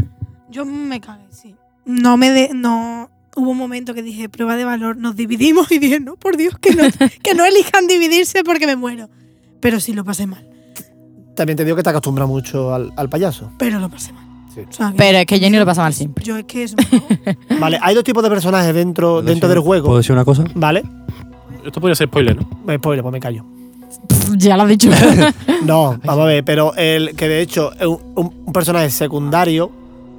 [SPEAKER 5] Yo me cagué, sí. No me de, no hubo un momento que dije, prueba de valor, nos dividimos y dije, no, por Dios, que no, que no elijan dividirse porque me muero. Pero sí lo pasé mal,
[SPEAKER 4] También te digo que te acostumbras mucho al, al payaso.
[SPEAKER 5] pero lo pasé mal. O sea, que-
[SPEAKER 3] Pero es que Jenny lo pasa mal siempre.
[SPEAKER 5] yo es que eso me cago.
[SPEAKER 4] Vale, hay dos tipos de personajes dentro,
[SPEAKER 1] ¿Puedo
[SPEAKER 4] dentro
[SPEAKER 1] decir-
[SPEAKER 4] del
[SPEAKER 1] ¿Puedo
[SPEAKER 4] juego.
[SPEAKER 1] decir una cosa?
[SPEAKER 4] Vale.
[SPEAKER 2] Esto podría ser spoiler, ¿no?
[SPEAKER 4] Eh, Spoiler, pues me callo.
[SPEAKER 3] Pff, ya lo has dicho.
[SPEAKER 4] No, vamos a ver, pero el que de hecho es un, un- un personaje secundario,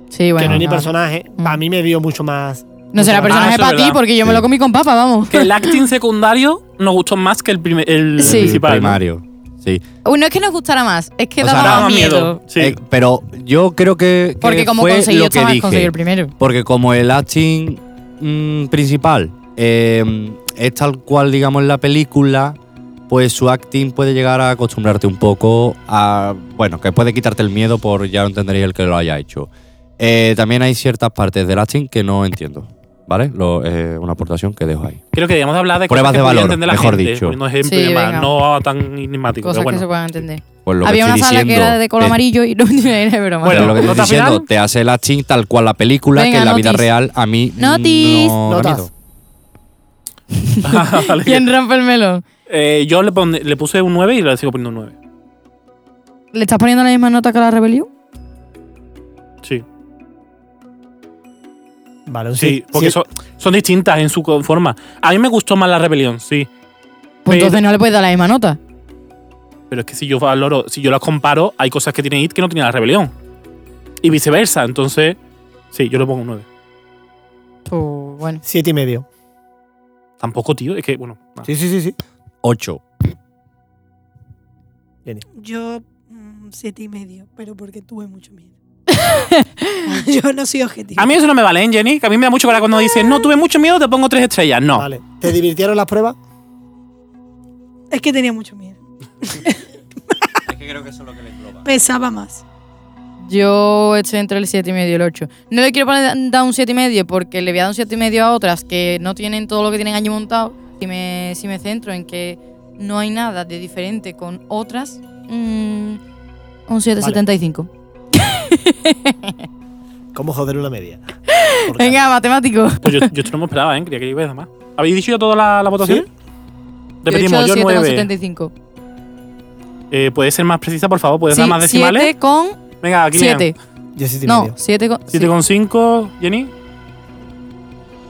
[SPEAKER 3] sí, bueno.
[SPEAKER 4] que no es ni
[SPEAKER 3] no.
[SPEAKER 4] personaje,
[SPEAKER 3] Mm.
[SPEAKER 4] a mí me dio mucho más.
[SPEAKER 3] No será
[SPEAKER 2] Ah,
[SPEAKER 3] personaje
[SPEAKER 2] eso es
[SPEAKER 3] para ti
[SPEAKER 2] verdad.
[SPEAKER 3] porque yo me lo comí con papa, vamos.
[SPEAKER 2] Que el acting secundario nos gustó más que el, primer, el
[SPEAKER 3] Sí.
[SPEAKER 2] principal. ¿no?
[SPEAKER 1] Primario. Sí.
[SPEAKER 3] Uy, no es que nos gustara más, es que
[SPEAKER 1] O sea,
[SPEAKER 3] daba
[SPEAKER 2] Pues Daba
[SPEAKER 3] más miedo.
[SPEAKER 2] miedo. Sí.
[SPEAKER 1] Eh, pero yo creo que, que
[SPEAKER 3] Porque como
[SPEAKER 1] fue
[SPEAKER 3] conseguí
[SPEAKER 1] lo
[SPEAKER 3] otra
[SPEAKER 1] que
[SPEAKER 3] más,
[SPEAKER 1] dije.
[SPEAKER 3] conseguí el primero.
[SPEAKER 1] Porque como el acting mm, principal eh, es tal cual, digamos, en la película, pues su acting puede llegar a acostumbrarte un poco a. Bueno, que puede quitarte el miedo por ya lo entenderéis el que lo haya hecho. Eh, también hay ciertas partes del acting que no entiendo. ¿Vale? Lo- eh, una aportación que dejo ahí.
[SPEAKER 2] Creo que deberíamos de hablar de
[SPEAKER 1] Pruebas
[SPEAKER 2] cosas que
[SPEAKER 1] de
[SPEAKER 2] podía
[SPEAKER 1] valor,
[SPEAKER 2] entender la
[SPEAKER 1] mejor
[SPEAKER 2] gente, pues,
[SPEAKER 1] dicho.
[SPEAKER 2] poniendo ejemplos y
[SPEAKER 3] Sí,
[SPEAKER 2] demás,
[SPEAKER 3] venga.
[SPEAKER 2] no tan enigmático.
[SPEAKER 3] Cosas
[SPEAKER 2] pero bueno.
[SPEAKER 3] que se puedan entender.
[SPEAKER 1] Pues lo
[SPEAKER 3] Había
[SPEAKER 1] que
[SPEAKER 3] una
[SPEAKER 1] estoy
[SPEAKER 3] sala que
[SPEAKER 1] diciendo,
[SPEAKER 3] era de color
[SPEAKER 1] te-
[SPEAKER 3] amarillo y no era broma.
[SPEAKER 2] Bueno,
[SPEAKER 1] Pero lo que te
[SPEAKER 2] ¿nota
[SPEAKER 1] estoy diciendo,
[SPEAKER 2] final?
[SPEAKER 1] te hace el acting tal cual la película,
[SPEAKER 3] Venga,
[SPEAKER 1] que en la vida
[SPEAKER 3] notis.
[SPEAKER 1] real a mí
[SPEAKER 3] Notis.
[SPEAKER 1] no da
[SPEAKER 4] Notas.
[SPEAKER 1] miedo.
[SPEAKER 2] Vale.
[SPEAKER 3] ¿Quién rompe el melón?
[SPEAKER 2] Eh, yo le, pon- le puse un 9 y le sigo poniendo un 9.
[SPEAKER 3] ¿Le estás poniendo la misma nota que la rebelión?
[SPEAKER 2] Sí.
[SPEAKER 4] Ah, Vale, un
[SPEAKER 2] Sí,
[SPEAKER 4] sí.
[SPEAKER 2] porque
[SPEAKER 4] sí.
[SPEAKER 2] Son, son distintas en su co- forma. A mí me gustó más la rebelión, sí.
[SPEAKER 3] Pues
[SPEAKER 2] Pero-
[SPEAKER 3] entonces no le puedes dar la misma nota.
[SPEAKER 2] Pero es que si yo valoro, si yo las comparo, hay cosas que tiene It que no tenía la rebelión. Y viceversa. Entonces, sí, yo le pongo un 9.
[SPEAKER 3] Pues bueno.
[SPEAKER 4] Siete y medio.
[SPEAKER 2] Tampoco, tío. Es que, bueno. nada.
[SPEAKER 4] Sí, sí, sí, sí.
[SPEAKER 1] Ocho.
[SPEAKER 5] Yo mm, siete y medio, pero porque tuve mucho miedo. yo no soy objetivo.
[SPEAKER 2] A mí eso no me vale, ¿eh, Jenny? Que a mí me da mucho coraje cuando dicen, no, tuve mucho miedo, te pongo tres estrellas. No.
[SPEAKER 4] Vale. ¿Te divirtieron las pruebas?
[SPEAKER 5] Es que tenía mucho miedo.
[SPEAKER 1] Es que creo que eso es lo que le engloba.
[SPEAKER 5] Pesaba más.
[SPEAKER 3] Yo estoy entre el 7 y medio y el 8. No le quiero poner da un 7 y medio porque le voy a dar un 7 y medio a otras que no tienen todo lo que tienen allí montado. Si me, si me centro en que no hay nada de diferente con otras, mm, un 7,75.
[SPEAKER 4] ¿Cómo joder una media? Por
[SPEAKER 3] Venga, matemático.
[SPEAKER 2] Pues yo, yo esto no me esperaba, ¿eh? Creía que iba a más. ¿Habéis dicho ya todas las las votaciones? Repetimos,
[SPEAKER 3] Yo
[SPEAKER 2] yo
[SPEAKER 3] he hecho
[SPEAKER 2] 9.
[SPEAKER 3] 7,75.
[SPEAKER 2] Eh, ¿Puedes ser más precisa, por favor? ¿Puedes dar más decimales?
[SPEAKER 3] 7 con
[SPEAKER 2] Venga, aquí.
[SPEAKER 3] 7.
[SPEAKER 4] cara. Yo siete y
[SPEAKER 3] No,
[SPEAKER 4] medio.
[SPEAKER 3] 7 con. sí.
[SPEAKER 2] 7,5, Jenny.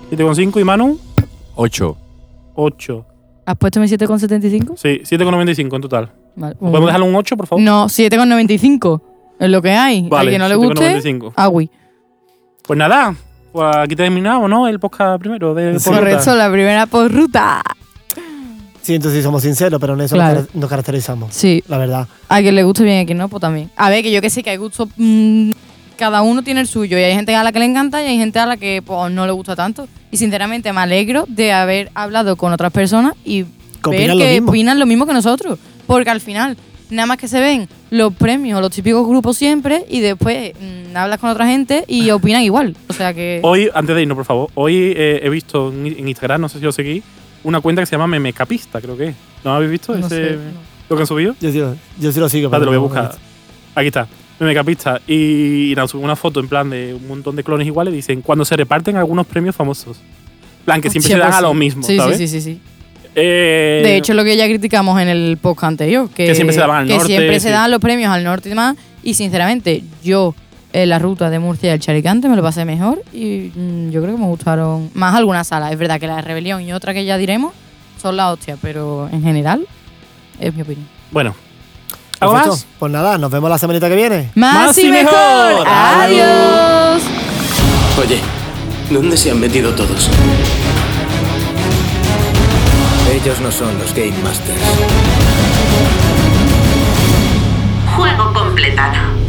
[SPEAKER 2] 7,5 y Manu.
[SPEAKER 1] Ocho.
[SPEAKER 2] 8.
[SPEAKER 3] ¿Has puesto mi 7,75?
[SPEAKER 2] Sí, 7,95 en total.
[SPEAKER 3] Vale.
[SPEAKER 2] ¿Podemos dejarle un 8, por favor?
[SPEAKER 3] No, 7,95. Es lo que hay.
[SPEAKER 2] Vale,
[SPEAKER 3] Al que no le guste, Ah,
[SPEAKER 2] 7,95.
[SPEAKER 3] agui.
[SPEAKER 2] Pues nada, pues aquí terminamos, ¿no? El podcast primero de
[SPEAKER 4] Sí.
[SPEAKER 2] por ruta.
[SPEAKER 3] Correcto, la primera por ruta.
[SPEAKER 4] Sí, entonces sí somos sinceros, pero en eso
[SPEAKER 3] Claro.
[SPEAKER 4] nos, cara- nos caracterizamos.
[SPEAKER 3] Sí,
[SPEAKER 4] La verdad.
[SPEAKER 3] a quien le guste bien y a quien no, pues también. A ver, que yo que sé que hay gusto. mm, cada uno tiene el suyo. Y hay gente a la que le encanta y hay gente a la que pues, no le gusta tanto. Y sinceramente me alegro de haber hablado con otras personas y
[SPEAKER 4] Que
[SPEAKER 3] ver
[SPEAKER 4] opinan lo
[SPEAKER 3] que
[SPEAKER 4] mismo.
[SPEAKER 3] opinan lo mismo que nosotros. Porque al final, nada más que se ven los premios, los típicos grupos siempre, y después mm, hablas con otra gente y
[SPEAKER 4] Ah.
[SPEAKER 3] opinan igual. O sea que.
[SPEAKER 2] Hoy, antes de irnos, por favor, hoy eh, he visto en, en Instagram, no sé si lo seguí, una cuenta que se llama Memecapista, creo que es. ¿No habéis visto
[SPEAKER 3] no
[SPEAKER 2] ese,
[SPEAKER 3] sé, no.
[SPEAKER 2] lo que han subido?
[SPEAKER 4] Yo, sí lo- yo sí lo sigo.
[SPEAKER 2] Espérate,
[SPEAKER 4] pero
[SPEAKER 2] lo voy a
[SPEAKER 4] no-
[SPEAKER 2] buscar. Aquí está, Memecapista. Y, y nada, subió una foto en plan de un montón de clones iguales. Dicen, cuando se reparten algunos premios famosos. En plan, que siempre
[SPEAKER 3] Hostia,
[SPEAKER 2] se dan
[SPEAKER 3] pues
[SPEAKER 2] a los
[SPEAKER 3] sí.
[SPEAKER 2] mismos,
[SPEAKER 3] sí,
[SPEAKER 2] ¿sabes?
[SPEAKER 3] Sí, sí, sí, sí.
[SPEAKER 2] Eh,
[SPEAKER 3] De hecho, lo que ya criticamos en el podcast anterior, que,
[SPEAKER 2] Que siempre se daban al
[SPEAKER 3] que
[SPEAKER 2] norte,
[SPEAKER 3] siempre se
[SPEAKER 2] sí.
[SPEAKER 3] dan los premios al norte y demás. Y sinceramente, yo en la ruta de Murcia al Charicante me lo pasé mejor y mm, yo creo que me gustaron más algunas salas. Es verdad que la de Rebelión y otra que ya diremos son la hostia, pero en general es mi opinión.
[SPEAKER 2] bueno. ¿Algo
[SPEAKER 4] Perfecto.
[SPEAKER 2] más?
[SPEAKER 4] Pues nada, nos vemos la semanita que viene.
[SPEAKER 3] Más, y mejor. Adiós.
[SPEAKER 9] Oye, ¿dónde se han metido todos?
[SPEAKER 10] Ellos no son los Game Masters.
[SPEAKER 11] Juego completado.